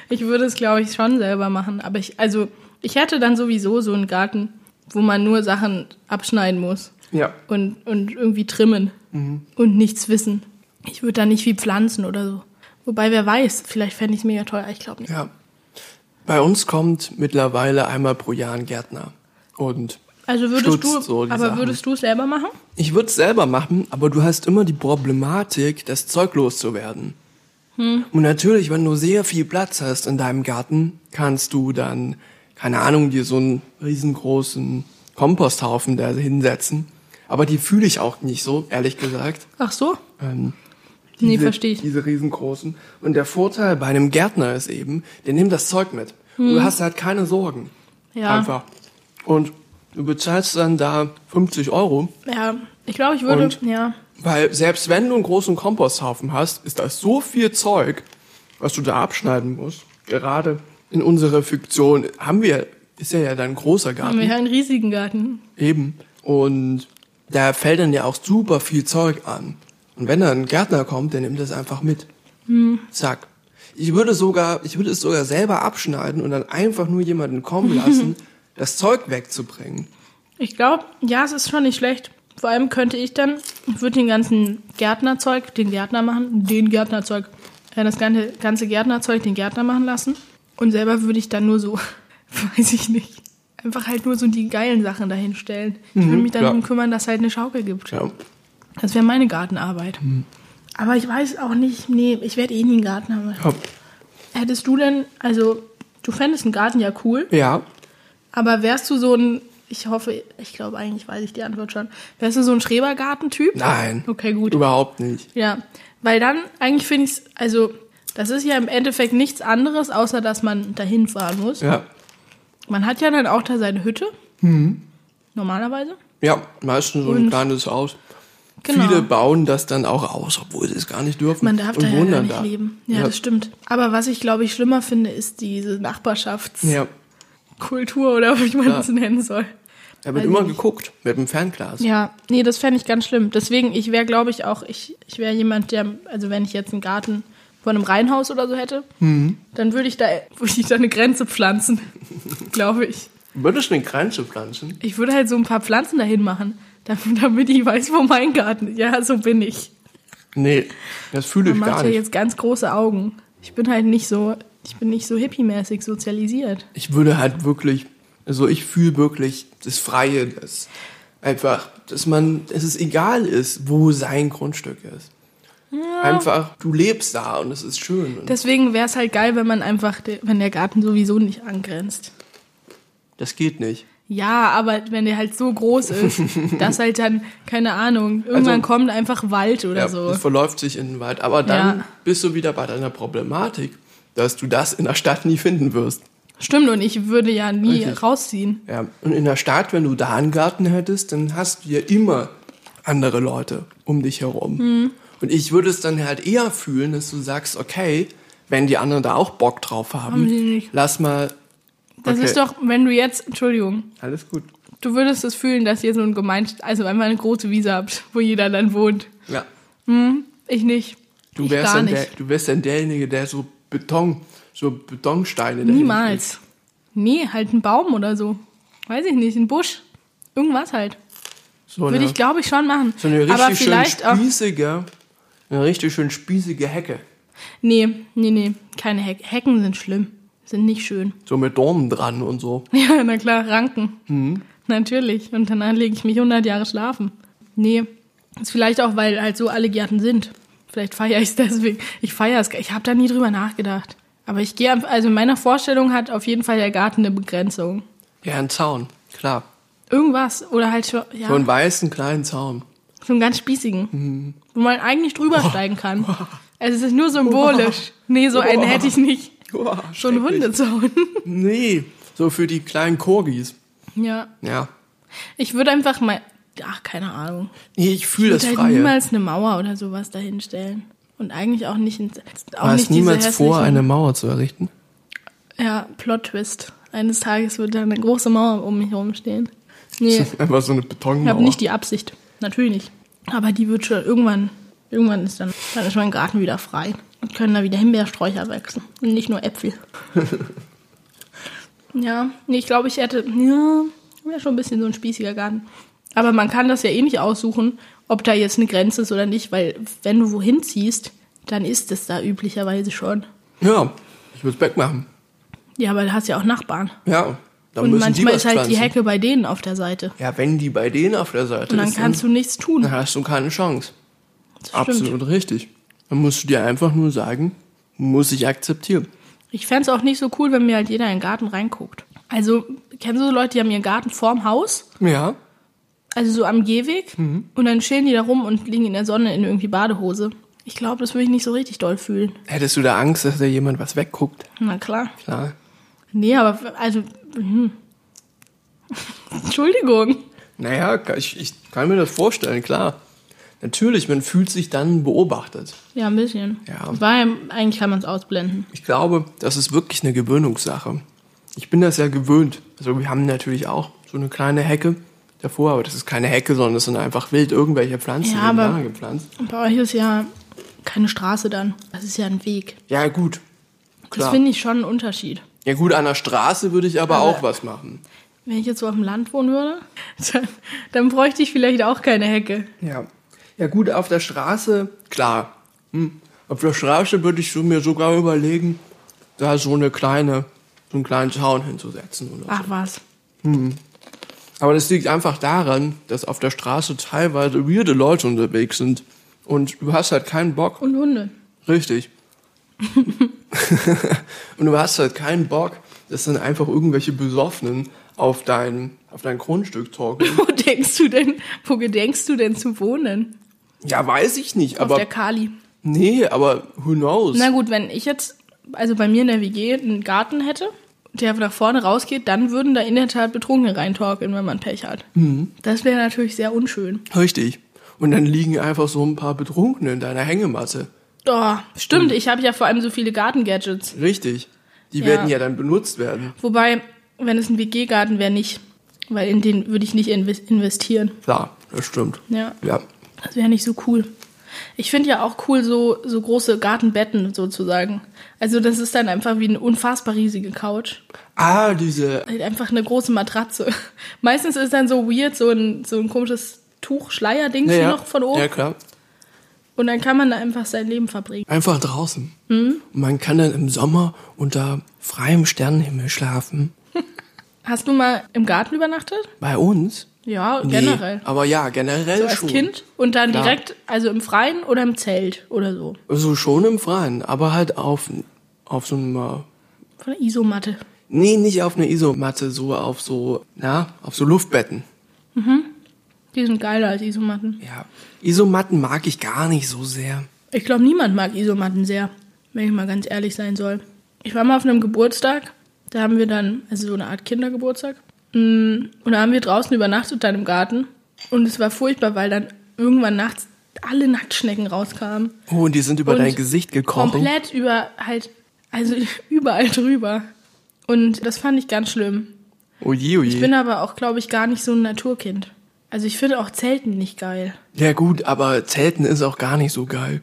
ich würde es, glaube ich, schon selber machen. Aber ich, also, ich hätte dann sowieso so einen Garten, wo man nur Sachen abschneiden muss
ja. Mhm.
und, und irgendwie trimmen und nichts wissen. Ich würde da nicht viel pflanzen oder so. Wobei, wer weiß, vielleicht fände ich es mega toll, aber ich glaube nicht.
Ja. Bei uns kommt mittlerweile einmal pro Jahr ein Gärtner. Und
Also würdest du,
Stutzt so die
aber
Sachen.
würdest du es selber machen?
ich würde es selber machen, aber du hast immer die Problematik, das Zeug loszuwerden.
Hm.
Und natürlich, wenn du sehr viel Platz hast in deinem Garten, kannst du dann, keine Ahnung, dir so einen riesengroßen Komposthaufen da hinsetzen. Aber die fühle ich auch nicht so, ehrlich gesagt.
Ach so?
Ähm,
Nee, versteh ich.
Diese riesengroßen. Und der Vorteil bei einem Gärtner ist eben, der nimmt das Zeug mit. Und du hast halt keine Sorgen.
Hm. Ja.
Einfach. Und du bezahlst dann da 50 Euro,
Ja, ich glaube, ich würde,
Und?
ja.
weil selbst wenn du einen großen Komposthaufen hast, ist das so viel Zeug, was du da abschneiden musst. Gerade in unserer Fiktion haben wir, ist ja ja dann ein großer Garten.
Haben wir ja einen riesigen Garten.
Eben. Und da fällt dann ja auch super viel Zeug an. Und wenn dann ein Gärtner kommt, der nimmt das einfach mit.
Hm.
Zack. Ich würde sogar, ich würde es sogar selber abschneiden und dann einfach nur jemanden kommen lassen, das Zeug wegzubringen.
Ich glaube, ja, es ist schon nicht schlecht. Vor allem könnte ich dann, ich würde den ganzen Gärtnerzeug, den Gärtner machen, den Gärtnerzeug, äh, das ganze, ganze Gärtnerzeug den Gärtner machen lassen. Und selber würde ich dann nur so, weiß ich nicht, einfach halt nur so die geilen Sachen dahin stellen. Ich würde mich dann
klar.
darum kümmern, dass es halt eine Schaukel gibt.
Ja.
Das wäre meine Gartenarbeit. Aber ich weiß auch nicht, nee, ich werde eh nie einen Garten haben.
Hopp.
Hättest du denn, also, du fändest einen Garten ja cool,
Ja.
aber wärst du so ein Ich hoffe, ich glaube eigentlich weiß ich die Antwort schon. Wärst du so ein Schrebergartentyp?
Nein.
Okay, gut.
Überhaupt nicht.
Ja, weil dann eigentlich finde ich es, also das ist ja im Endeffekt nichts anderes, außer dass man dahin fahren muss.
Ja.
Man hat ja dann auch da seine Hütte.
Mhm.
Normalerweise.
Ja, meistens so ein
Und-
kleines Haus.
Genau.
Viele bauen das dann auch aus, obwohl sie es gar nicht dürfen.
Man darf
und
da ja
wohnen
gar
dann
nicht
da.
leben. Ja,
ja,
das stimmt. Aber was ich glaube ich schlimmer finde, ist diese Nachbarschaftskultur
Ja.
oder wie man
Ja.
es nennen soll.
Da wird
Weiß
immer
ich nicht.
geguckt mit dem Fernglas.
Ja, nee, das fände ich ganz schlimm. Deswegen, ich wäre, glaube ich, auch, ich, ich wäre jemand, der, also wenn ich jetzt einen Garten vor einem Reihenhaus oder so hätte,
Mhm.
dann würde ich da, würde ich da eine Grenze pflanzen, glaube ich.
Würdest du eine Grenze pflanzen?
Ich würde halt so ein paar Pflanzen dahin machen, damit, damit ich weiß, wo mein Garten ist. Ja, so bin ich.
Nee, das fühle
Man
ich
macht
gar
ja
nicht.
jetzt ganz große Augen. Ich bin halt nicht so, ich bin nicht so hippie-mäßig sozialisiert.
ich würde halt wirklich, also ich fühle wirklich das Freie, das einfach, dass man, dass es egal ist, wo sein Grundstück ist. Einfach, du lebst da und es ist schön. Und das,
Deswegen wäre es halt geil, wenn man einfach, de- wenn der Garten sowieso nicht angrenzt.
geht nicht.
Ja, aber wenn der halt so groß ist, dass halt dann, keine Ahnung, irgendwann
Also-
kommt einfach Wald oder
Ja,
so.
Es verläuft sich in den Wald. Aber dann
Also Ja.
bist du wieder bei deiner Problematik, dass du das in der Stadt nie finden wirst.
Stimmt, und ich würde ja nie
Richtig.
rausziehen.
Ja. Und in der Stadt, wenn du da einen Garten hättest, dann hast du ja immer andere Leute um dich herum.
Hm.
Und ich würde es dann halt eher fühlen, dass du sagst, okay, wenn die anderen da auch Bock drauf haben,
Haben sie nicht.
lass mal.
Das
Okay.
ist doch, wenn du jetzt, Entschuldigung,
Alles gut.
du würdest es fühlen, dass ihr so ein Gemeinschaft, also einfach eine große Wiese habt, wo jeder dann wohnt.
Ja.
Ich nicht.
Du
ich
wärst,
gar
dann der,
nicht.
du wärst dann derjenige, der so Beton, so Betonsteine. dahin schlägt.
Niemals. Nee, halt ein Baum oder so. Weiß ich nicht, ein Busch. Irgendwas halt.
So ne?
Würde
eine-
ich, glaube ich, schon machen.
So eine
aber
richtig schön
vielleicht auch.
spießige, eine richtig schön spießige Hecke.
Nee, nee, nee. Keine Heck. Hecken sind schlimm. Sind nicht schön.
So mit Dornen dran und so.
Ja, na klar, Ranken. Natürlich. Und danach lege ich mich 100 Jahre schlafen. Nee, ist vielleicht auch, weil halt so alle Gärten sind. Vielleicht feiere ich es deswegen. Ich feiere es. Ich habe da nie drüber nachgedacht. Aber ich gehe, am- also in meiner Vorstellung hat auf jeden Fall der Garten eine Begrenzung.
Ja, ein Zaun, klar.
Irgendwas. Oder halt schon, ja,
So einen weißen kleinen Zaun.
so einen ganz spießigen. Wo man eigentlich drüber steigen kann. Also es ist nur symbolisch. Nee, so einen
Boah.
hätte ich nicht.
Boah,
So einen
schrecklich.
Hundezaun.
Nee, so für die kleinen Korgis.
ja.
Ja.
Ich würde einfach mal, ach, keine Ahnung.
Nee, ich fühle
würde
das
halt
Freie.
niemals eine Mauer oder sowas dahinstellen. Und eigentlich auch nicht, in, auch
Du
nicht
hast
diese
niemals vor,
hässlichen-
eine Mauer zu errichten?
Ja, Plot-Twist. Eines Tages wird da eine große Mauer um mich herum stehen. Nee,
Einfach so eine
ich
Betonmauer.
habe nicht die Absicht. Natürlich nicht. Aber die wird schon irgendwann, irgendwann ist dann, dann ist mein Garten wieder frei. Und können da wieder Himbeersträucher wachsen. Und nicht nur Äpfel. ja, nee, ich glaube, ich hätte, ja, wäre schon ein bisschen so ein spießiger Garten. Aber man kann das ja eh nicht aussuchen, ob da jetzt eine Grenze ist oder nicht, weil wenn du wohin ziehst, dann ist es da üblicherweise schon.
ja, ich würde es wegmachen.
Ja, aber du hast ja auch Nachbarn.
Ja, dann
Und
müssen
manchmal
die was
ist halt die
pflanzen.
Hecke bei denen auf der Seite.
Ja, wenn die bei denen auf der Seite
Und dann
ist,
kannst du nichts tun.
dann hast du keine Chance.
Das stimmt.
Absolut richtig. Dann musst du dir einfach nur sagen, muss ich akzeptieren.
Ich fänd's auch nicht so cool, wenn mir halt jeder in den Garten reinguckt. Also, kennst du so Leute, die haben ihren Garten vorm Haus,
Ja.
also so am Gehweg,
Mhm.
und dann chillen die da rum und liegen in der Sonne in irgendwie Badehose. Ich glaube, das würde ich nicht so richtig doll fühlen.
Hättest du da Angst, dass da jemand was wegguckt?
Na klar.
Klar.
Nee, aber, f- also, hm. Entschuldigung.
Naja, ich, ich kann mir das vorstellen, klar. Natürlich, man fühlt sich dann beobachtet.
Ja, ein bisschen.
Ja.
Weil, eigentlich kann man's ausblenden.
Ich glaube, das ist wirklich eine Gewöhnungssache. Ich bin das ja gewöhnt. Also wir haben natürlich auch so eine kleine Hecke davor, aber das ist keine Hecke, sondern das sind einfach wild irgendwelche Pflanzen
Ja, aber-
nebeneinander gepflanzt.
Und bei euch ist ja keine Straße dann. Das ist ja ein Weg.
Ja, gut.
Das
Klar.
finde ich schon einen Unterschied.
Ja gut, an der Straße würde ich aber
Aber-
auch was machen.
Wenn ich jetzt so auf dem Land wohnen würde, dann, dann bräuchte ich vielleicht auch keine Hecke.
Ja. Ja gut, auf der Straße, klar. Hm. Auf der Straße würde ich so mir sogar überlegen, da so eine kleine, so einen kleinen Zaun hinzusetzen oder
Ach was.
Aber das liegt einfach daran, dass auf der Straße teilweise weirde Leute unterwegs sind. Und du hast halt keinen Bock.
Und Hunde.
Richtig. und du hast halt keinen Bock, dass dann einfach irgendwelche Besoffenen auf dein, auf dein Grundstück torkeln.
Wo denkst du denn, wo gedenkst du denn zu wohnen?
Ja, weiß ich nicht,
Auf der
aber.
Kali.
Nee, aber who knows?
Na gut, wenn ich jetzt, also bei mir in der WG einen Garten hätte, der nach vorne rausgeht, dann würden da in der Tat Betrunkene reintorkeln, wenn man Pech hat. Das wäre natürlich sehr unschön.
Richtig. Und dann liegen einfach so ein paar Betrunkene in deiner Hängematte.
Oh, stimmt, ich habe ja vor allem so viele Gartengadgets.
Richtig. Die
Ja.
werden ja dann benutzt werden.
Wobei, wenn es ein WG-Garten wäre, nicht. Weil in den würde ich nicht inves- investieren.
Klar, das stimmt.
Ja,
Ja.
das wäre nicht so cool. Ich finde ja auch cool so, so große Gartenbetten sozusagen. Also das ist dann einfach wie eine unfassbar riesige Couch.
Ah, diese.
Halt einfach eine große Matratze. Meistens ist dann so weird, so ein, so ein komisches Tuch-Schleier-Ding
Ja, ja.
noch von oben.
Ja, klar.
Und dann kann man da einfach sein Leben verbringen.
Einfach draußen.
Mhm.
Und man kann dann im Sommer unter freiem Sternenhimmel schlafen.
Hast du mal im Garten übernachtet?
Bei uns?
Ja,
Nee.
generell.
Aber ja, generell
So als
schon.
Kind und dann
Klar.
direkt, also im Freien oder im Zelt oder so.
Also schon im Freien, aber halt auf, auf so einem. äh,
Von der Isomatte.
Nee, nicht auf einer Isomatte, so auf so, na, auf so Luftbetten.
Die sind geiler als Isomatten.
Ja. Isomatten mag ich gar nicht so sehr.
Ich glaube, niemand mag Isomatten sehr, wenn ich mal ganz ehrlich sein soll. Ich war mal auf einem Geburtstag, da haben wir dann, also so eine Art Kindergeburtstag, mm, und da haben wir draußen übernachtet dann im Garten. Und es war furchtbar, weil dann irgendwann nachts alle Nacktschnecken rauskamen.
Oh, und die sind über
Und
dein Gesicht gekrochen.
Komplett über, halt, also überall drüber. Und das fand ich ganz schlimm.
Oje, oje.
Ich bin aber auch, glaube ich, gar nicht so ein Naturkind. Also ich finde auch Zelten nicht geil.
ja gut, aber Zelten ist auch gar nicht so geil.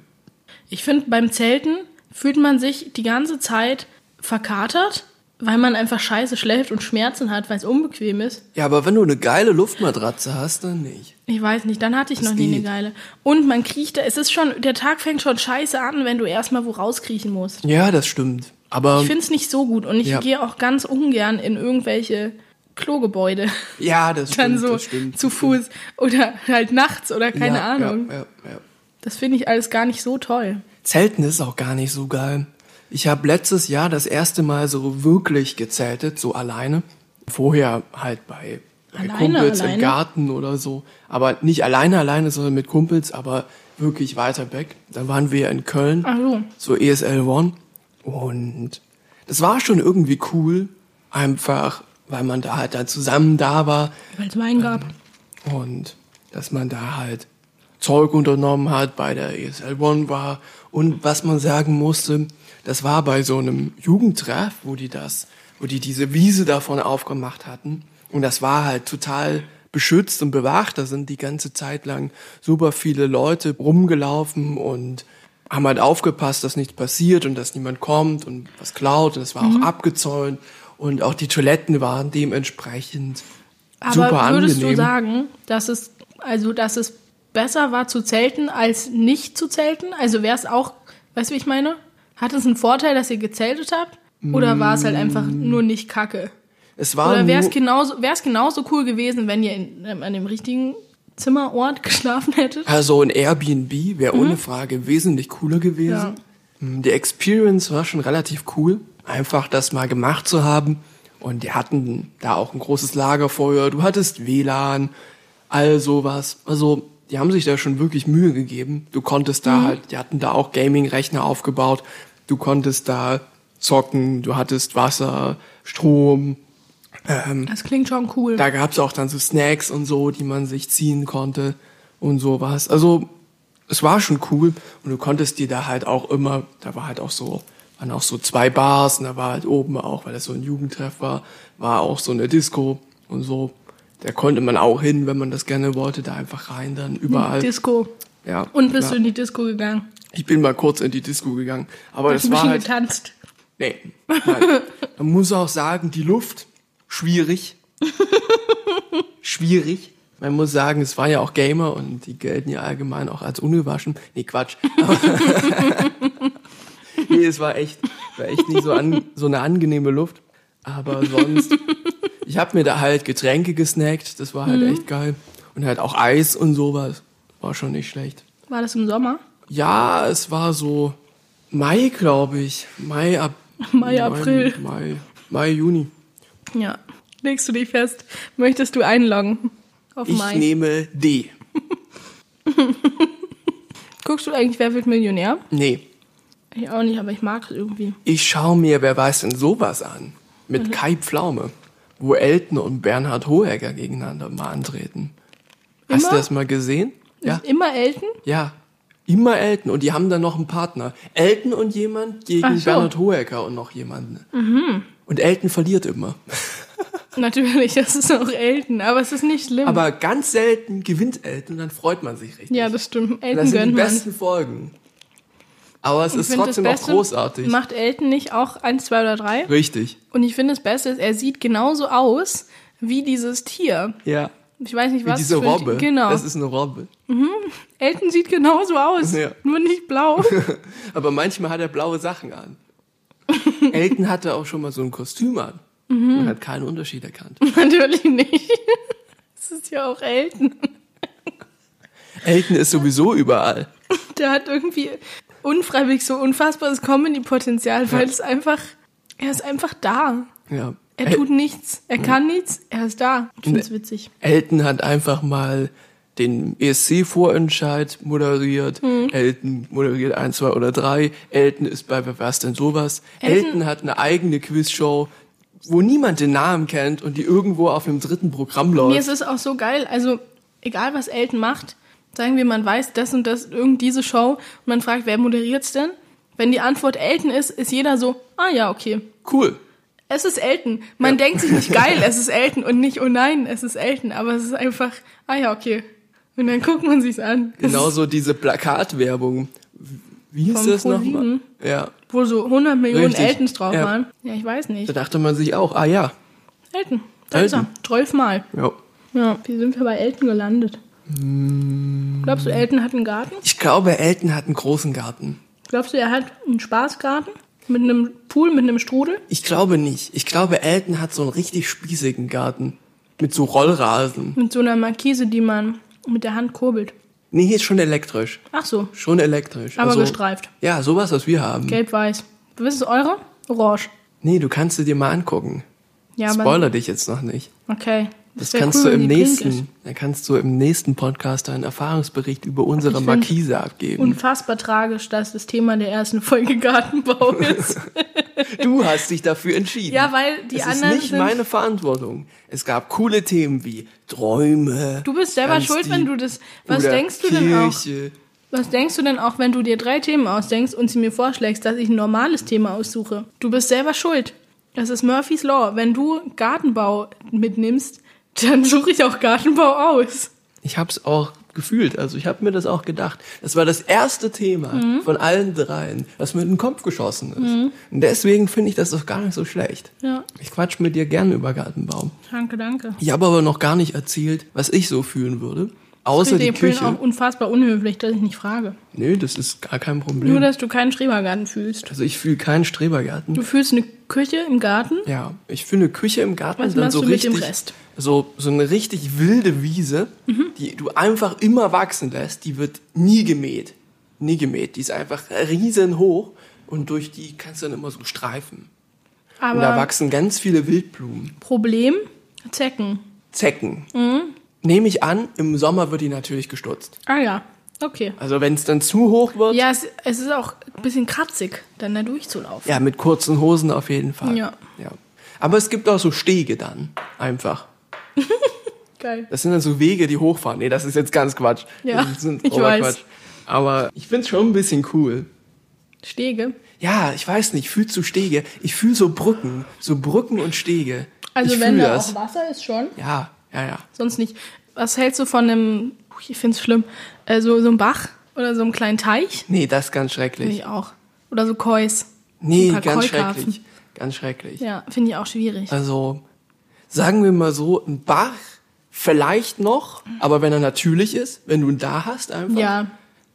Ich finde, beim Zelten fühlt man sich die ganze Zeit verkatert, weil man einfach scheiße schläft und Schmerzen hat, weil es unbequem ist.
Ja, aber wenn du eine geile Luftmatratze hast, dann nicht.
Ich weiß nicht, dann hatte ich noch nie eine
geht.
geile. Und man kriecht da, es ist schon, der Tag fängt schon scheiße an, wenn du erstmal wo rauskriechen musst.
Ja, das stimmt. Aber
Ich finde es nicht so gut und ich
Ja.
gehe auch ganz ungern in irgendwelche Klogebäude
ja, das
dann
stimmt,
so
das stimmt.
zu
das stimmt.
Fuß oder halt nachts oder keine
ja,
Ahnung.
Ja, ja, ja.
Das finde ich alles gar nicht so toll.
Zelten ist auch gar nicht so geil. Ich habe letztes Jahr das erste Mal so wirklich gezeltet, so alleine. Vorher halt bei, bei
Alleine,
Kumpels im
alleine?
Garten oder so. Aber nicht alleine, alleine, sondern mit Kumpels, aber wirklich weiter weg. Dann waren wir in Köln,
Ach so.
so ESL One. Und das war schon irgendwie cool, einfach weil man da halt dann zusammen da war
Weil es Wein gab.
und dass man da halt Zeug unternommen hat, bei der ESL One war und was man sagen musste, das war bei so einem Jugendtreff, wo die das, wo die diese Wiese davon aufgemacht hatten und das war halt total beschützt und bewacht, da sind die ganze Zeit lang super viele Leute rumgelaufen und haben halt aufgepasst, dass nichts passiert und dass niemand kommt und was klaut und es war
Mhm.
auch abgezäunt und auch die Toiletten waren dementsprechend
Aber
super
würdest
angenehm.
du sagen, dass es, also, dass es besser war zu zelten als nicht zu zelten? Also wäre es auch, weißt du, wie ich meine? Hat es einen Vorteil, dass ihr gezeltet habt?
Mm.
Oder war es halt einfach nur nicht kacke?
Es war
Oder wäre es
nur-
genauso, wär's genauso cool gewesen, wenn ihr in, ähm, an dem richtigen Zimmerort geschlafen hättet?
also ein Airbnb
Mhm.
wäre ohne Frage wesentlich cooler gewesen. Hm, Die Experience war schon relativ cool, einfach das mal gemacht zu haben. Und die hatten da auch ein großes Lagerfeuer, du hattest WLAN, all sowas. Also die haben sich da schon wirklich Mühe gegeben. Du konntest
Mhm.
da halt, die hatten da auch Gaming-Rechner aufgebaut, du konntest da zocken, du hattest Wasser, Strom,
Das klingt schon cool.
Ähm, da gab's auch dann so Snacks und so, die man sich ziehen konnte und sowas. Also es war schon cool und du konntest dir da halt auch immer, da war halt auch so, waren auch so zwei Bars und da war halt oben auch, weil das so ein Jugendtreff war, war auch so eine Disco und so. Da konnte man auch hin, wenn man das gerne wollte, da einfach rein dann überall.
Disco.
halt ja.
Und bist du
klar.
in die Disco gegangen?
Ich bin mal kurz in die Disco gegangen, aber
Hast du
das
ein
war
bisschen
halt
getanzt?
Nee. Nein. Man muss auch sagen, die Luft, schwierig. schwierig. Man muss sagen, es waren ja auch Gamer und die gelten ja allgemein auch als ungewaschen. Nee, Quatsch. Aber nee, es war echt, war echt nicht so, an, so eine angenehme Luft. Aber sonst, ich habe mir da halt Getränke gesnackt, das war halt echt geil. Und halt auch Eis und sowas. War schon nicht schlecht.
War das im Sommer?
Ja, es war so Mai, glaube ich. Mai, ab,
Mai, April.
Mai, Mai, Juni.
Ja. Legst du dich fest? Möchtest du einloggen? Auf
Ich
Mai.
nehme D.
Guckst du eigentlich Wer wird Millionär?
Nee,
Ich auch nicht, aber ich mag es irgendwie.
ich schaue mir, wer weiß denn sowas an?
Mhm.
Mit Kai Pflaume, wo Elton und Bernhard Hohecker gegeneinander mal antreten. Hast du
Immer?
das mal gesehen? Ja,
Ist immer Elton?
ja. Immer Elton und die haben dann noch einen Partner. Elton und jemand gegen
Ach so. Mhm.
Bernhard Hohecker und noch jemanden. Und Elton verliert immer.
Natürlich, das ist auch Elton, aber es ist nicht schlimm.
Aber ganz selten gewinnt Elton und dann freut man sich richtig.
ja, das stimmt.
das
Elton
sind die
gönnt man.
besten Folgen. Aber es
Ich
ist
find,
trotzdem
das
auch
Beste
großartig.
Macht Elton nicht auch eins, zwei oder drei?
Richtig.
Und ich finde das Beste ist, er sieht genauso aus wie dieses Tier.
Ja.
Ich weiß nicht,
Wie
was.
diese
für ein
Robbe.
Tier- Genau.
Das ist eine Robbe.
Elton sieht genauso aus,
Ja.
nur nicht blau.
Aber manchmal hat er blaue Sachen an. Elton hatte auch schon mal so ein Kostüm an.
Mhm.
Man hat keinen Unterschied erkannt.
Natürlich nicht. Das ist ja auch Elton.
Elton ist sowieso überall.
Der hat irgendwie unfreiwillig so unfassbares Comedy-Potenzial, weil es einfach, er ist einfach da.
Ja.
Er
El-
tut nichts, er kann nichts, er ist da. Ich finde es witzig.
Elton hat einfach mal den ESC-Vorentscheid moderiert.
Mhm.
Elton moderiert eins, zwei oder drei. Elton ist bei Wer war's denn sowas? Elton,
Elton-
hat eine eigene Quizshow, wo niemand den Namen kennt und die irgendwo auf dem dritten Programm läuft.
Mir ist es auch so geil, also egal was Elton macht, sagen wir, man weiß das und das, irgend diese Show und man fragt, wer moderiert's denn? Wenn die Antwort Elton ist, ist jeder so, ah ja, okay.
cool.
Es ist Elton. Man denkt sich nicht geil, es ist Elton und nicht, oh nein, es ist Elton, aber es ist einfach, ah ja, okay. Und dann guckt man sich's an. Es ist
Genauso diese Plakatwerbung. Wie hieß
Vom
das
ProSieben?
nochmal? Ja.
Wo so 100 Millionen
Richtig,
Eltons drauf
ja.
waren. Ja, ich weiß
Da
nicht.
dachte man sich auch, ah ja.
Elton. Da ist er.
Elton.
Zwölfmal.
ja.
Ja, wie sind wir bei Elton gelandet?
Mm.
Glaubst du, Elton hat einen Garten?
Ich glaube, Elton hat einen großen Garten.
Glaubst du, er hat einen Spaßgarten? Mit einem Pool, mit einem Strudel?
Ich glaube nicht. Ich glaube, Elton hat so einen richtig spießigen Garten. Mit so Rollrasen.
Mit so einer Markise, die man mit der Hand kurbelt.
Nee, hier ist schon elektrisch.
Ach so,
Schon elektrisch. Also,
Aber gestreift.
Ja, sowas, was wir haben.
gelb-weiß. Was ist eure? Orange.
Nee, du kannst sie dir mal angucken.
Ja,
Spoiler dich jetzt noch nicht.
aber. Okay.
Das
wär
kannst
cool,
du
wenn
im
die pink ist.
nächsten, dann kannst du im nächsten Podcast einen Erfahrungsbericht über unsere
Ich find-
Markise abgeben.
Unfassbar tragisch, dass das Thema der ersten Folge Gartenbau ist.
Du hast dich dafür entschieden.
Ja, weil die
es
anderen
ist nicht
sind-
meine Verantwortung. Es gab coole Themen wie Träume.
Du bist selber
ganz
schuld, wenn
deep
du das. Was
oder
denkst du
Kirche.
denn auch? Was denkst du denn auch, wenn du dir drei Themen ausdenkst und sie mir vorschlägst, dass ich ein normales Thema aussuche? Du bist selber schuld. Das ist Murphy's Law. Wenn du Gartenbau mitnimmst, dann suche ich auch Gartenbau aus.
Ich hab's auch gefühlt, also ich habe mir das auch gedacht. Das war das erste Thema
Mhm.
von allen dreien, was mir in den Kopf geschossen ist. Und deswegen finde ich das doch gar nicht so schlecht.
Ja.
Ich quatsch mit dir gerne über Gartenbaum.
Danke, danke.
Ich habe aber noch gar nicht erzählt, was ich so fühlen würde. Außer die
ich bin auch
Küche.
unfassbar unhöflich, dass ich nicht frage.
Nö, das ist gar kein
Nur,
Problem.
dass du keinen Schrebergarten fühlst.
Also ich fühle keinen Strebergarten.
Du fühlst eine Küche im Garten.
Ja, ich finde Küche im Garten
Was
dann
machst
so
du mit
richtig
dem Rest?
so so eine richtig wilde Wiese, die du einfach immer wachsen lässt, die wird nie gemäht. Nie gemäht, die ist einfach riesen hoch und durch die kannst du dann immer so streifen. Und da
Aber
wachsen ganz viele Wildblumen,
Problem, Zecken.
Zecken. Nehme ich an, im Sommer wird die natürlich gestutzt.
Ah ja, okay.
Also wenn es dann zu hoch wird, ja.
Ja, es, es ist auch ein bisschen kratzig, dann da durchzulaufen.
mit kurzen Hosen auf jeden Fall.
Ja.
ja. Aber es gibt auch so Stege dann einfach.
Geil.
Das sind dann so Wege, die hochfahren. Nee, das ist jetzt ganz Quatsch.
Ja,
das sind
ich
grober
weiß.
Aber ich find's schon ein bisschen cool.
Stege.
Ja, ich weiß nicht, fühlst du Stege? Ich fühl so Brücken, so Brücken und Stege.
Also
ich
wenn
fühl
da
das.
auch Wasser ist schon,
Ja, ja, ja.
sonst nicht. Was hältst du von einem, Puh, ich find's schlimm, äh, so, so einem Bach oder so einem kleinen Teich?
Nee, das ist ganz
Finde
schrecklich.
ich auch. Oder so Kois.
Nee,
ein paar
ganz
Keukarpfen.
schrecklich. Ganz schrecklich.
Ja, finde ich auch schwierig.
Also, sagen wir mal so, ein Bach vielleicht noch, aber wenn er natürlich ist, wenn du ihn da hast einfach.
ja,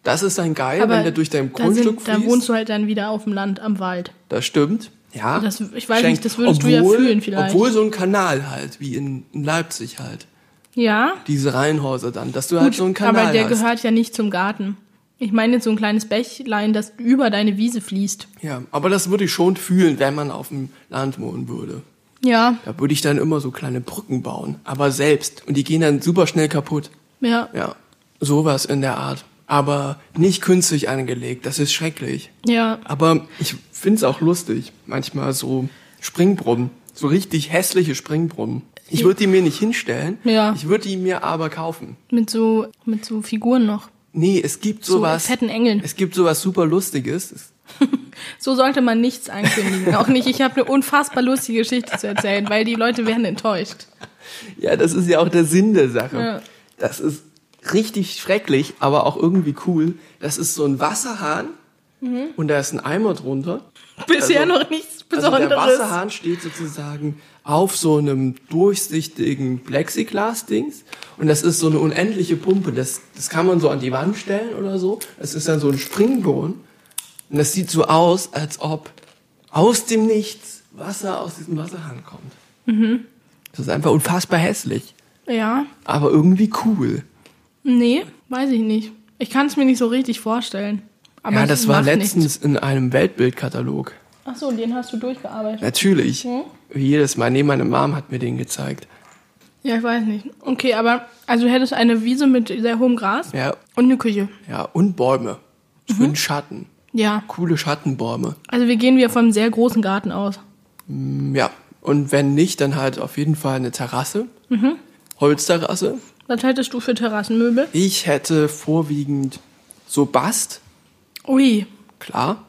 Das ist dann geil,
aber
wenn der durch dein
da
Grundstück
Da
fließt.
wohnst du halt dann wieder auf dem Land, am Wald.
Das stimmt. Ja.
Das- ich weiß nicht, das würdest du
obwohl,
ja fühlen vielleicht.
Obwohl so ein Kanal halt, wie in, in Leipzig halt.
Ja,
Diese Reihenhäuser dann, dass du halt so einen Kanal
aber der
hast.
gehört ja nicht zum Garten. Ich meine jetzt so ein kleines Bächlein, das über deine Wiese fließt.
ja, aber das würde ich schon fühlen, wenn man auf dem Land wohnen würde.
Ja,
Da würde ich dann immer so kleine Brücken bauen, aber selbst. Und die gehen dann super schnell kaputt.
ja,
Ja, sowas in der Art. Aber nicht künstlich angelegt, das ist schrecklich.
ja.
Aber ich find's auch lustig, manchmal so Springbrunnen, so richtig hässliche Springbrunnen. Ich würde die mir nicht hinstellen,
Ja.
ich würde die mir aber kaufen.
Mit so, mit so Figuren noch.
Nee, es gibt sowas.
fetten Engeln.
Es gibt sowas super Lustiges. Es-
So sollte man nichts ankündigen. Auch nicht, ich habe eine unfassbar lustige Geschichte zu erzählen, weil die Leute werden enttäuscht.
Ja, das ist ja auch der Sinn der Sache.
Ja.
Das ist richtig schrecklich, aber auch irgendwie cool. Das ist so ein Wasserhahn
Mhm.
und da ist ein Eimer drunter.
Bisher
Also-
noch nichts
Also der
Besonderes.
Wasserhahn steht sozusagen auf so einem durchsichtigen Plexiglas-Dings. Und das ist so eine unendliche Pumpe. Das, das kann man so an die Wand stellen oder so. Das ist dann so ein Springbrunnen. Und das sieht so aus, als ob aus dem Nichts Wasser aus diesem Wasserhahn kommt.
Mhm.
Das ist einfach unfassbar hässlich.
ja,
Aber irgendwie cool.
nee, weiß ich nicht. Ich kann es mir nicht so richtig vorstellen. Aber
ja,
es
das war
macht
letztens
nichts.
in einem Weltbildkatalog.
Ach so, den hast du durchgearbeitet.
Natürlich.
Mhm.
Wie jedes Mal. Nee, meine Mom hat mir den gezeigt.
Ja, ich weiß nicht. Okay, aber also du hättest eine Wiese mit sehr hohem Gras
Ja,
und eine Küche.
Ja, und Bäume. Schön Schatten.
Ja,
Coole Schattenbäume.
also wir gehen wieder vom sehr großen Garten aus.
Mm, Ja. Und wenn nicht, dann halt auf jeden Fall eine Terrasse. Holzterrasse.
Was hättest du für Terrassenmöbel?
Ich hätte vorwiegend so Bast,
Ui,
klar.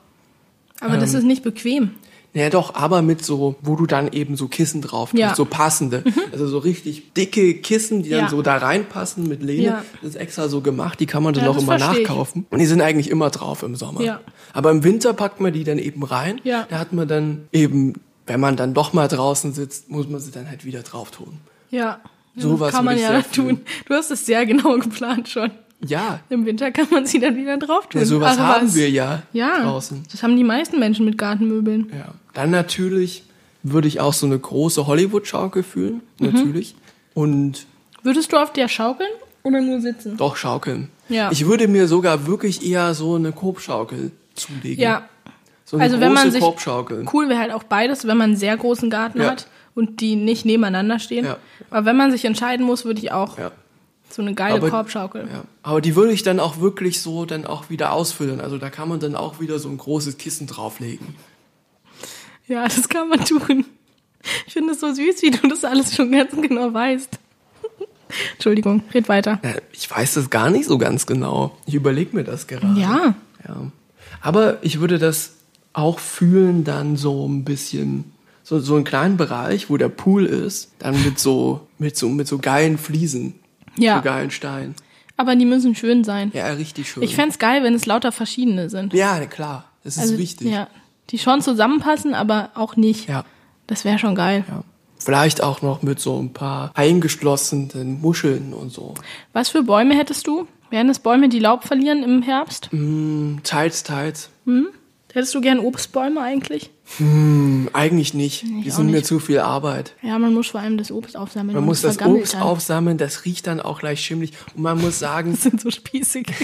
aber das
Ähm.
ist nicht bequem.
Naja doch, aber mit so, wo du dann eben so Kissen drauf tust,
Ja. Mhm.
so passende. Also so richtig dicke Kissen, die dann
Ja.
so da reinpassen mit Lehne.
Ja.
Das ist extra so gemacht, die kann man dann
Ja,
auch
das
immer
versteh ich.
nachkaufen. Und die sind eigentlich immer drauf im Sommer.
Ja.
Aber im Winter packt man die dann eben rein.
Ja.
Da hat man dann eben, wenn man dann doch mal draußen sitzt, muss man sie dann halt wieder drauf tun.
Ja.
Sowas
kann man
würde ich
ja
sehr fühlen.
tun. Du hast es sehr genau geplant schon.
Ja,
Im Winter kann man sie dann wieder drauf tun.
ja sowas
Aber
haben
also was-
wir ja,
ja,
draußen.
Das haben die meisten Menschen mit Gartenmöbeln.
Ja. Dann natürlich würde ich auch so eine große Hollywood-Schaukel fühlen,
Mhm.
natürlich. Und
Würdest du auf der schaukeln
Mhm.
oder nur sitzen?
Doch, schaukeln.
Ja.
Ich würde mir sogar wirklich eher so eine Korbschaukel zulegen.
Ja.
So eine
also
große
wenn man sich
Korbschaukel.
cool wäre halt auch beides, wenn man einen sehr großen Garten
Ja.
hat und die nicht nebeneinander stehen.
Ja.
Aber wenn man sich entscheiden muss, würde ich auch
Ja.
so eine geile
Aber-
Korbschaukel.
ja. Aber die würde ich dann auch wirklich so dann auch wieder ausfüllen. Also da kann man dann auch wieder so ein großes Kissen drauflegen.
Ja, das kann man tun. Ich finde es so süß, wie du das alles schon ganz genau weißt. Entschuldigung, red weiter.
Ja, Äh, ich weiß das gar nicht so ganz genau. Ich überlege mir das gerade.
Ja.
ja. Aber ich würde das auch fühlen dann so ein bisschen, so, so einen kleinen Bereich, wo der Pool ist, dann mit so, mit so, mit so geilen Fliesen.
Ja.
So geilen Steinen.
Aber die müssen schön sein.
Ja, richtig schön.
Ich fänd's geil, wenn es lauter verschiedene sind.
Ja, na klar. Das ist wichtig. Ja.
Also, Ja, die schon zusammenpassen, aber auch nicht.
Ja.
Das wäre schon geil.
Vielleicht auch noch mit so ein paar eingeschlossenen Muscheln und so.
Was für Bäume hättest du? Wären es Bäume, die Laub verlieren im Herbst?
Mhm. Hm, Teils, teils.
Hättest du gern Obstbäume eigentlich?
Hm, Eigentlich nicht. Die
auch
sind mir
nicht.
zu viel Arbeit.
Ja, man muss vor allem das Obst aufsammeln.
Man
und
muss
es
das
vergammelt
Obst
dann.
aufsammeln, das riecht dann auch gleich schimmelig. Und man muss sagen,
Das sind so spießig.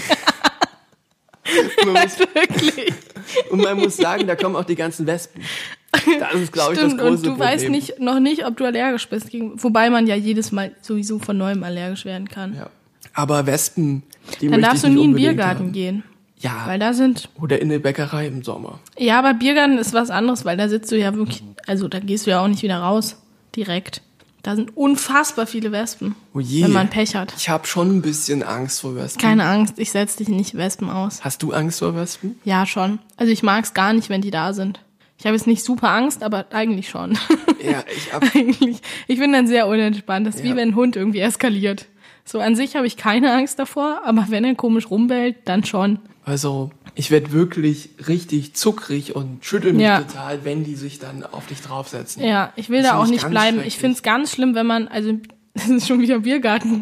Halt
man muss,
Wirklich.
und man muss sagen, da kommen auch die ganzen Wespen. Das ist, glaube ich, das
Stimmt,
große
und du
Problem.
weißt nicht, noch nicht, ob du allergisch bist. Gegen, wobei man ja jedes Mal sowieso von neuem allergisch werden kann.
Ja. Aber Wespen, die
Dann
möchte
darfst du
ich nicht
nie in den
unbedingt
Biergarten
haben.
gehen. Weil
Ja,
da sind.
oder in eine Bäckerei im Sommer.
Ja, aber Biergarten ist was anderes, weil da sitzt du ja wirklich. Also da gehst du ja auch nicht wieder raus. Direkt. Da sind unfassbar viele Wespen.
Oh je.
Wenn man Pech hat.
Ich habe schon ein bisschen Angst vor Wespen.
Keine Angst, ich setze dich nicht Wespen aus.
Hast du Angst vor Wespen?
Ja, schon. Also ich mag's gar nicht, wenn die da sind. Ich habe jetzt nicht super Angst, aber eigentlich schon.
Ja, ich ab.
eigentlich. Ich bin dann sehr unentspannt. Das ist
Ja.
wie wenn ein Hund irgendwie eskaliert. So an sich habe ich keine Angst davor, aber wenn er komisch rumbellt, dann schon.
Also, ich werd wirklich richtig zuckrig und schüttel mich
Ja.
total, wenn die sich dann auf dich draufsetzen.
Ja, ich will
Das
da
find
auch
ich
nicht
ganz
bleiben.
schrecklich.
Ich find's ganz schlimm, wenn man, also das ist schon wieder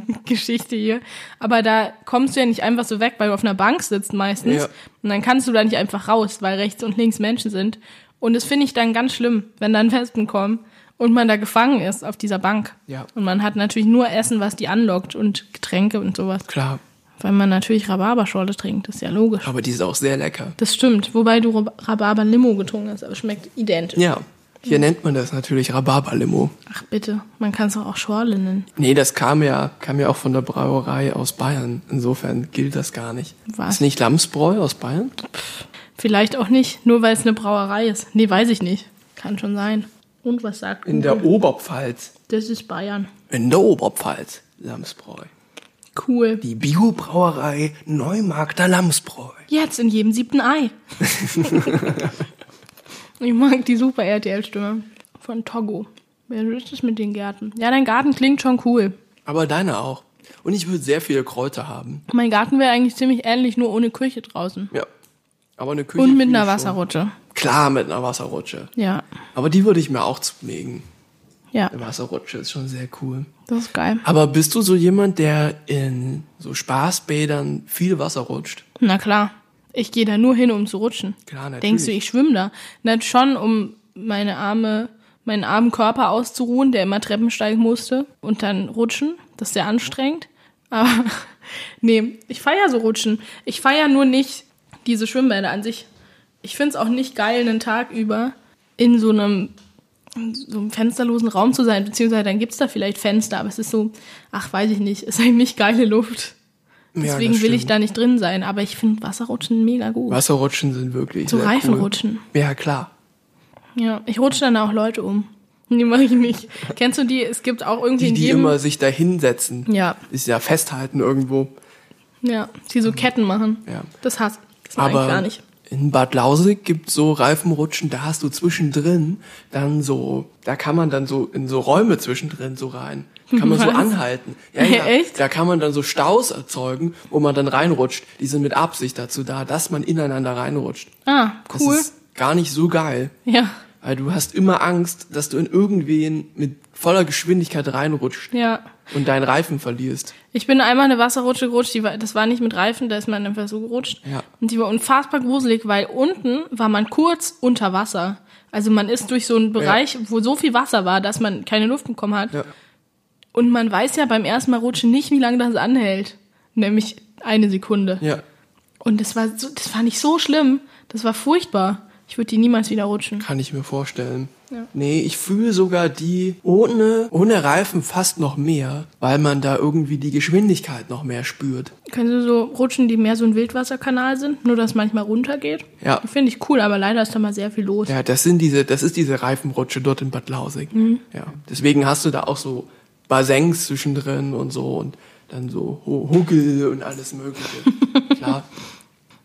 Biergartengeschichte hier, aber da kommst du ja nicht einfach so weg, weil du auf einer Bank sitzt meistens.
Ja.
Und dann kannst du da nicht einfach raus, weil rechts und links Menschen sind. Und das finde ich dann ganz schlimm, wenn dann Wespen kommen und man da gefangen ist auf dieser Bank.
Ja.
Und man hat natürlich nur Essen, was die anlockt und Getränke und sowas.
Klar,
Weil man natürlich Rhabarberschorle trinkt, ist ja logisch.
aber die ist auch sehr lecker.
Das stimmt, wobei du Rhabarber-Limo getrunken hast, aber schmeckt identisch.
Ja, Hier nennt man das natürlich Rhabarberlimo.
Ach bitte, man kann es auch Schorle nennen.
Nee, das kam ja, kam ja auch von der Brauerei aus Bayern. Insofern gilt das gar nicht.
Was?
Ist nicht Lamsbräu aus Bayern?
Vielleicht auch nicht, nur weil es eine Brauerei ist. Nee, weiß ich nicht. Kann schon sein. Und was sagt
In der
Google?
Oberpfalz.
Das ist Bayern.
In der Oberpfalz. Lamsbräu.
Cool.
Die Biobrauerei Neumarkter Lamsbräu.
Jetzt in jedem siebten Ei. ich mag die super RTL-Stimme von Togo. Wer ist das mit den Gärten? Ja, dein Garten klingt schon cool.
Aber deine auch. Und ich würde sehr viele Kräuter haben.
Mein Garten wäre eigentlich ziemlich ähnlich, nur ohne Kirche draußen.
Ja. Aber eine Küche.
Und mit
fühle ich
einer
schon.
Wasserrutsche.
Klar, mit einer Wasserrutsche.
Ja,
Aber die würde ich mir auch zulegen.
ja,
Eine Wasserrutsche ist schon sehr cool.
das ist geil.
Aber bist du so jemand, der in so Spaßbädern viel Wasser rutscht?
Na klar, ich gehe da nur hin, um zu rutschen.
Klar, natürlich.
Denkst du, ich schwimme da? Na schon, um meine Arme, meinen armen Körper auszuruhen, der immer Treppen steigen musste und dann rutschen. Das ist sehr anstrengend. Aber nee, ich feier so rutschen. Ich feier nur nicht diese Schwimmbäder an sich. Ich find's auch nicht geil, einen Tag über in so einem so einem fensterlosen Raum zu sein, beziehungsweise dann gibt's da vielleicht Fenster, aber es ist so, ach, weiß ich nicht, ist eigentlich nicht geile Luft.
Ja, das
Deswegen will ich
stimmt.
da nicht drin sein, aber ich finde Wasserrutschen mega gut.
Wasserrutschen sind wirklich.
So
sehr
Reifenrutschen.
Cool. Ja, klar.
Ja, ich rutsche dann auch Leute um. Nee, mache ich nicht. Kennst du die? Es gibt auch irgendwie
Die,
in
die
jedem,
immer sich da hinsetzen.
Ja.
Ist ja festhalten irgendwo.
ja, die so Ketten machen.
Ja.
Das hasse das mag
Aber
ich gar nicht.
in Bad Lausitz gibt so Reifenrutschen, da hast du zwischendrin dann so, da kann man dann so in so Räume zwischendrin so rein. Kann man so
Was?
anhalten.
Echt?
Da kann man dann so Staus erzeugen, wo man dann reinrutscht. Die sind mit Absicht dazu da, dass man ineinander reinrutscht.
Ah, cool.
Das ist gar nicht so geil.
Ja,
Weil du hast immer Angst, dass du in irgendwen mit voller Geschwindigkeit reinrutscht
ja.
und deinen Reifen verlierst.
Ich bin einmal eine Wasserrutsche gerutscht, die war, das war nicht mit Reifen, da ist man einfach so gerutscht.
Ja.
Und die war unfassbar gruselig, weil unten war man kurz unter Wasser. Also man ist durch so einen Bereich, wo so viel Wasser war, dass man keine Luft bekommen hat.
Ja.
Und man weiß ja beim ersten Mal rutschen nicht, wie lange das anhält. Nämlich eine Sekunde.
Ja.
Und das war so, das fand ich so schlimm. Das war furchtbar. Ich würde die niemals wieder rutschen.
Kann ich mir vorstellen.
Ja.
Nee, ich fühle sogar die ohne, ohne Reifen fast noch mehr, weil man da irgendwie die Geschwindigkeit noch mehr spürt.
Können Sie so rutschen, die mehr so ein Wildwasserkanal sind, nur dass manchmal runtergeht?
Ja.
Finde ich cool, aber leider ist da mal sehr viel los.
Ja, das sind diese, das ist diese Reifenrutsche dort in Bad Lausig. Ja. Deswegen hast du da auch so Basenks zwischendrin und so und dann so Ho- Huggel und alles Mögliche. Klar.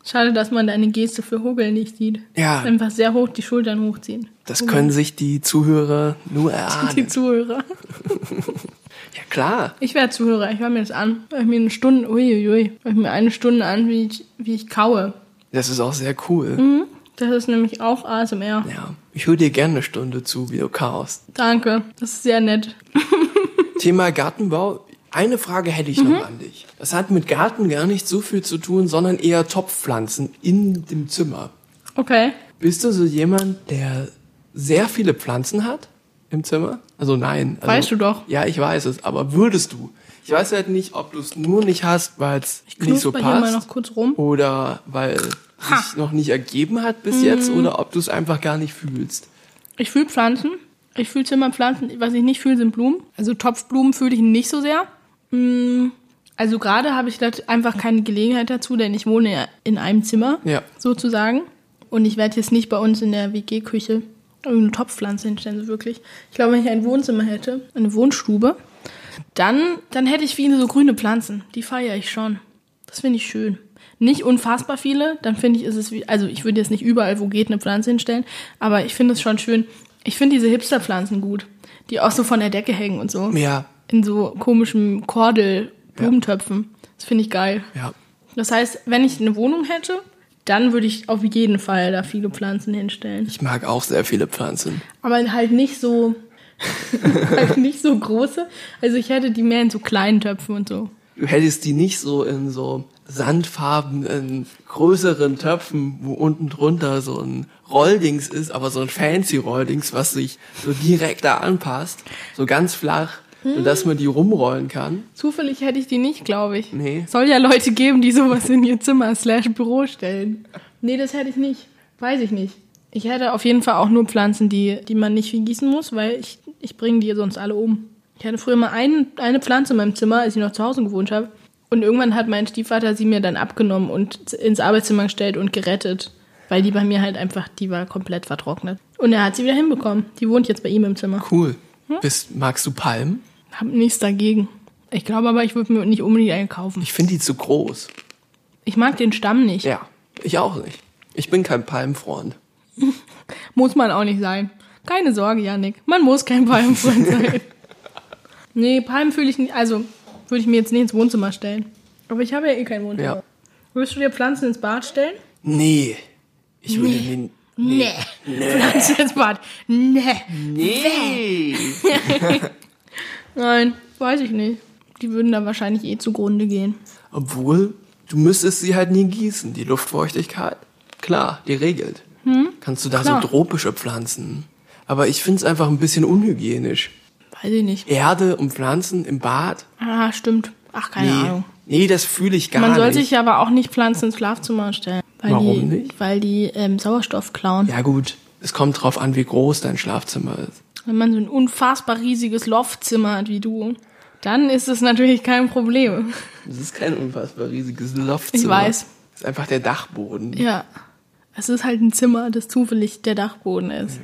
Schade, dass man deine Geste für Hugel nicht sieht.
Ja.
Einfach sehr hoch die Schultern hochziehen.
Das können sich die Zuhörer nur
Die
erahnen.
Zuhörer.
Ja, klar.
Ich wäre Zuhörer, ich höre mir das an. Hör Ich mir eine Stunde, uiuiui, hör ich mir eine Stunde an, wie ich, wie ich kaue. Hm?
Das ist auch sehr cool.
Mhm. Das ist nämlich auch ASMR.
Ja. Ich höre dir gerne eine Stunde zu, wie du kaust.
Danke, das ist sehr nett.
Thema Gartenbau. Eine Frage hätte ich
Mhm.
noch an dich. Das hat mit Garten gar nicht so viel zu tun, sondern eher Topfpflanzen in dem Zimmer.
Okay.
Bist du so jemand, der sehr viele Pflanzen hat im Zimmer? Also nein. Also,
Weißt du doch.
Ja, ich weiß es, aber würdest du? Ich weiß halt nicht, ob du es nur nicht hast, weil es nicht so
Knusper hier mal
passt
noch kurz rum.
oder weil
Ha. Mhm.
sich noch nicht ergeben hat bis jetzt oder ob du es einfach gar nicht fühlst.
Ich fühle Pflanzen. Ich fühle Zimmerpflanzen. Was ich nicht fühle, sind Blumen. Also Topfblumen fühle ich nicht so sehr. Mm, Also gerade habe ich da einfach keine Gelegenheit dazu, denn ich wohne ja in einem Zimmer,
Ja.
sozusagen. Und ich werde jetzt nicht bei uns in der WG-Küche irgendeine Topfpflanze hinstellen, so wirklich. Ich glaube, wenn ich ein Wohnzimmer hätte, eine Wohnstube, dann, dann hätte ich viele so grüne Pflanzen. Die feiere ich schon. Das finde ich schön. Nicht unfassbar viele, dann finde ich, ist es wie, also ich würde jetzt nicht überall, wo geht, eine Pflanze hinstellen, aber ich finde es schon schön. Ich finde diese Hipsterpflanzen gut, die auch so von der Decke hängen und so.
Ja,
In so komischen Kordel-Blumentöpfen. Das finde ich geil.
ja.
Das heißt, wenn ich eine Wohnung hätte, dann würde ich auf jeden Fall da viele Pflanzen hinstellen.
Ich mag auch sehr viele Pflanzen.
Aber halt nicht so, halt nicht so große. Also ich hätte die mehr in so kleinen Töpfen und so.
Du hättest die nicht so in so sandfarbenen, größeren Töpfen, wo unten drunter so ein Rolldings ist, aber so ein fancy Rolldings, was sich so direkt da anpasst, so ganz flach, sodass man die rumrollen kann.
Zufällig hätte ich die nicht, glaube ich.
Nee.
Soll ja Leute geben, die sowas in ihr Zimmer slash Büro stellen. Nee, das hätte ich nicht. Weiß ich nicht. Ich hätte auf jeden Fall auch nur Pflanzen, die, die man nicht viel gießen muss, weil ich, ich bringe die sonst alle um. Ich hatte früher mal ein, eine Pflanze in meinem Zimmer, als ich noch zu Hause gewohnt habe. Und irgendwann hat mein Stiefvater sie mir dann abgenommen und ins Arbeitszimmer gestellt und gerettet. Weil die bei mir halt einfach, die war komplett vertrocknet. Und er hat sie wieder hinbekommen. Die wohnt jetzt bei ihm im Zimmer.
Cool. Bist, magst du Palmen?
Hab nichts dagegen. Ich glaube aber, ich würde mir nicht unbedingt eine kaufen.
Ich finde die zu groß.
Ich mag den Stamm nicht.
Ja, ich auch nicht. Ich bin kein Palmfreund.
Muss man auch nicht sein. Keine Sorge, Janik. Man muss kein Palmenfreund sein. nee, Palmen fühle ich nicht. Also, würde ich mir jetzt nicht ins Wohnzimmer stellen. Aber ich habe ja eh kein Wohnzimmer.
Ja.
Würdest du dir Pflanzen ins Bad stellen?
Nee. Ich würde den.
Nee. Pflanzen ins Bad? Nee.
Nee.
Nein, weiß ich nicht. Die würden dann wahrscheinlich eh zugrunde gehen.
Obwohl, du müsstest sie halt nie gießen. Die Luftfeuchtigkeit, klar, die regelt. Kannst du da
Hm? Klar.
so tropische Pflanzen. Aber ich finde es einfach ein bisschen unhygienisch.
Weiß ich nicht.
Erde und Pflanzen im Bad?
Ah, stimmt. Ach, keine Ahnung.
Nee, das fühle ich gar
Man soll
nicht.
sich aber auch nicht Pflanzen ins Schlafzimmer stellen. Weil die,
Warum nicht?
Weil die ähm, Sauerstoff klauen.
ja gut, es kommt drauf an, wie groß dein Schlafzimmer ist.
Wenn man so ein unfassbar riesiges Loftzimmer hat wie du, dann ist es natürlich kein Problem.
Das ist kein unfassbar riesiges Loftzimmer.
Ich weiß.
Das ist einfach der Dachboden.
Ja. Es ist halt ein Zimmer, das zufällig der Dachboden ist.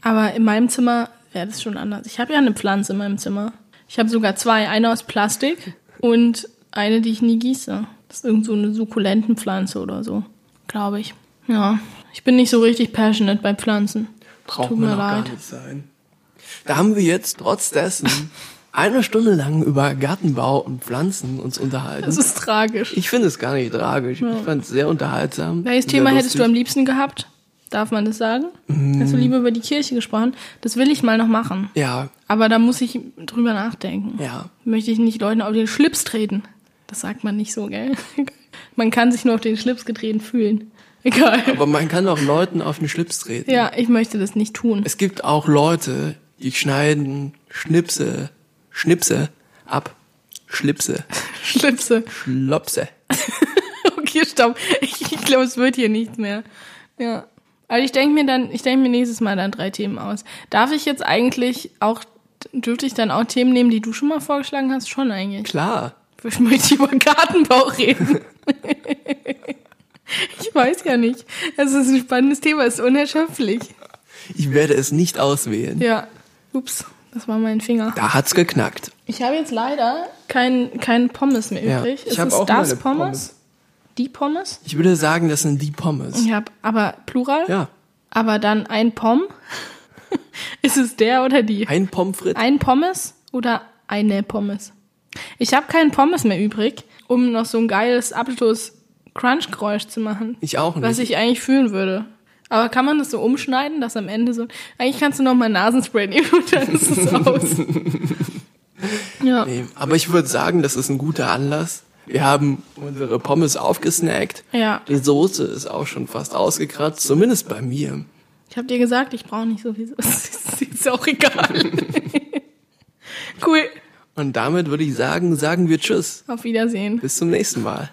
Aber in meinem Zimmer wäre das schon anders. Ich habe ja eine Pflanze in meinem Zimmer. Ich habe sogar zwei. Eine aus Plastik und eine, die ich nie gieße. Das ist irgend so eine Sukkulentenpflanze oder so. Glaube ich. Ja. Ich bin nicht so richtig passionate bei Pflanzen.
Braucht
Tut
man
mir
auch gar
leid.
nicht sein. Da haben wir jetzt trotz dessen eine Stunde lang über Gartenbau und Pflanzen uns unterhalten.
Das ist tragisch.
ich finde es gar nicht tragisch. Ich fand es sehr unterhaltsam.
Welches
sehr
Thema hättest
lustig. Mm.
du am liebsten gehabt? Darf man das sagen? Hast du lieber über die Kirche gesprochen? Das will ich mal noch machen.
Ja,
Aber da muss ich drüber nachdenken.
ja.
Möchte ich nicht Leuten auf den Schlips treten. Das sagt man nicht so, gell? man kann sich nur auf den Schlips getreten fühlen. Egal.
Aber man kann auch Leuten auf den Schlips treten.
Ja, ich möchte das nicht tun.
Es gibt auch Leute, die schneiden Schnipse, Schnipse ab. Schlipse,
Schlipse.
Schlopse.
Okay, stopp. Ich, ich glaube, es wird hier nichts mehr. Ja. Also ich denke mir dann, ich denke mir nächstes Mal dann drei Themen aus. Darf ich jetzt eigentlich auch, dürfte ich dann auch Themen nehmen, die du schon mal vorgeschlagen hast? Schon eigentlich.
Klar.
Ich möchte über Gartenbau reden. ich weiß ja nicht. Es ist ein spannendes Thema, es ist unerschöpflich.
Ich werde es nicht auswählen.
Ja. Ups, das war mein Finger.
Da hat's geknackt.
Ich habe jetzt leider keinen kein Pommes mehr
Ja,
übrig.
ich
ist
hab
es
auch
das
meine
Pommes?
Pommes.
Die Pommes?
Ich würde sagen, das sind die Pommes.
Ich habe aber Plural.
Ja.
Aber dann ein Pom. ist es der oder die?
Ein Pommes frites.
Ein Pommes oder eine Pommes? Ich habe keinen Pommes mehr übrig, um noch so ein geiles Abschluss-Crunch-Geräusch zu machen.
Ich auch nicht.
Was ich eigentlich fühlen würde. Aber kann man das so umschneiden, dass am Ende so. Eigentlich kannst du noch mal Nasenspray nehmen und dann ist es aus. ja.
Nee, aber ich würde sagen, das ist ein guter Anlass. Wir haben unsere Pommes aufgesnackt.
Ja.
Die Soße ist auch schon fast ausgekratzt, zumindest bei mir.
Ich habe dir gesagt, ich brauche nicht so viel. Soße. ist auch egal. cool.
Und damit würde ich sagen, sagen wir Tschüss.
Auf Wiedersehen.
Bis zum nächsten Mal.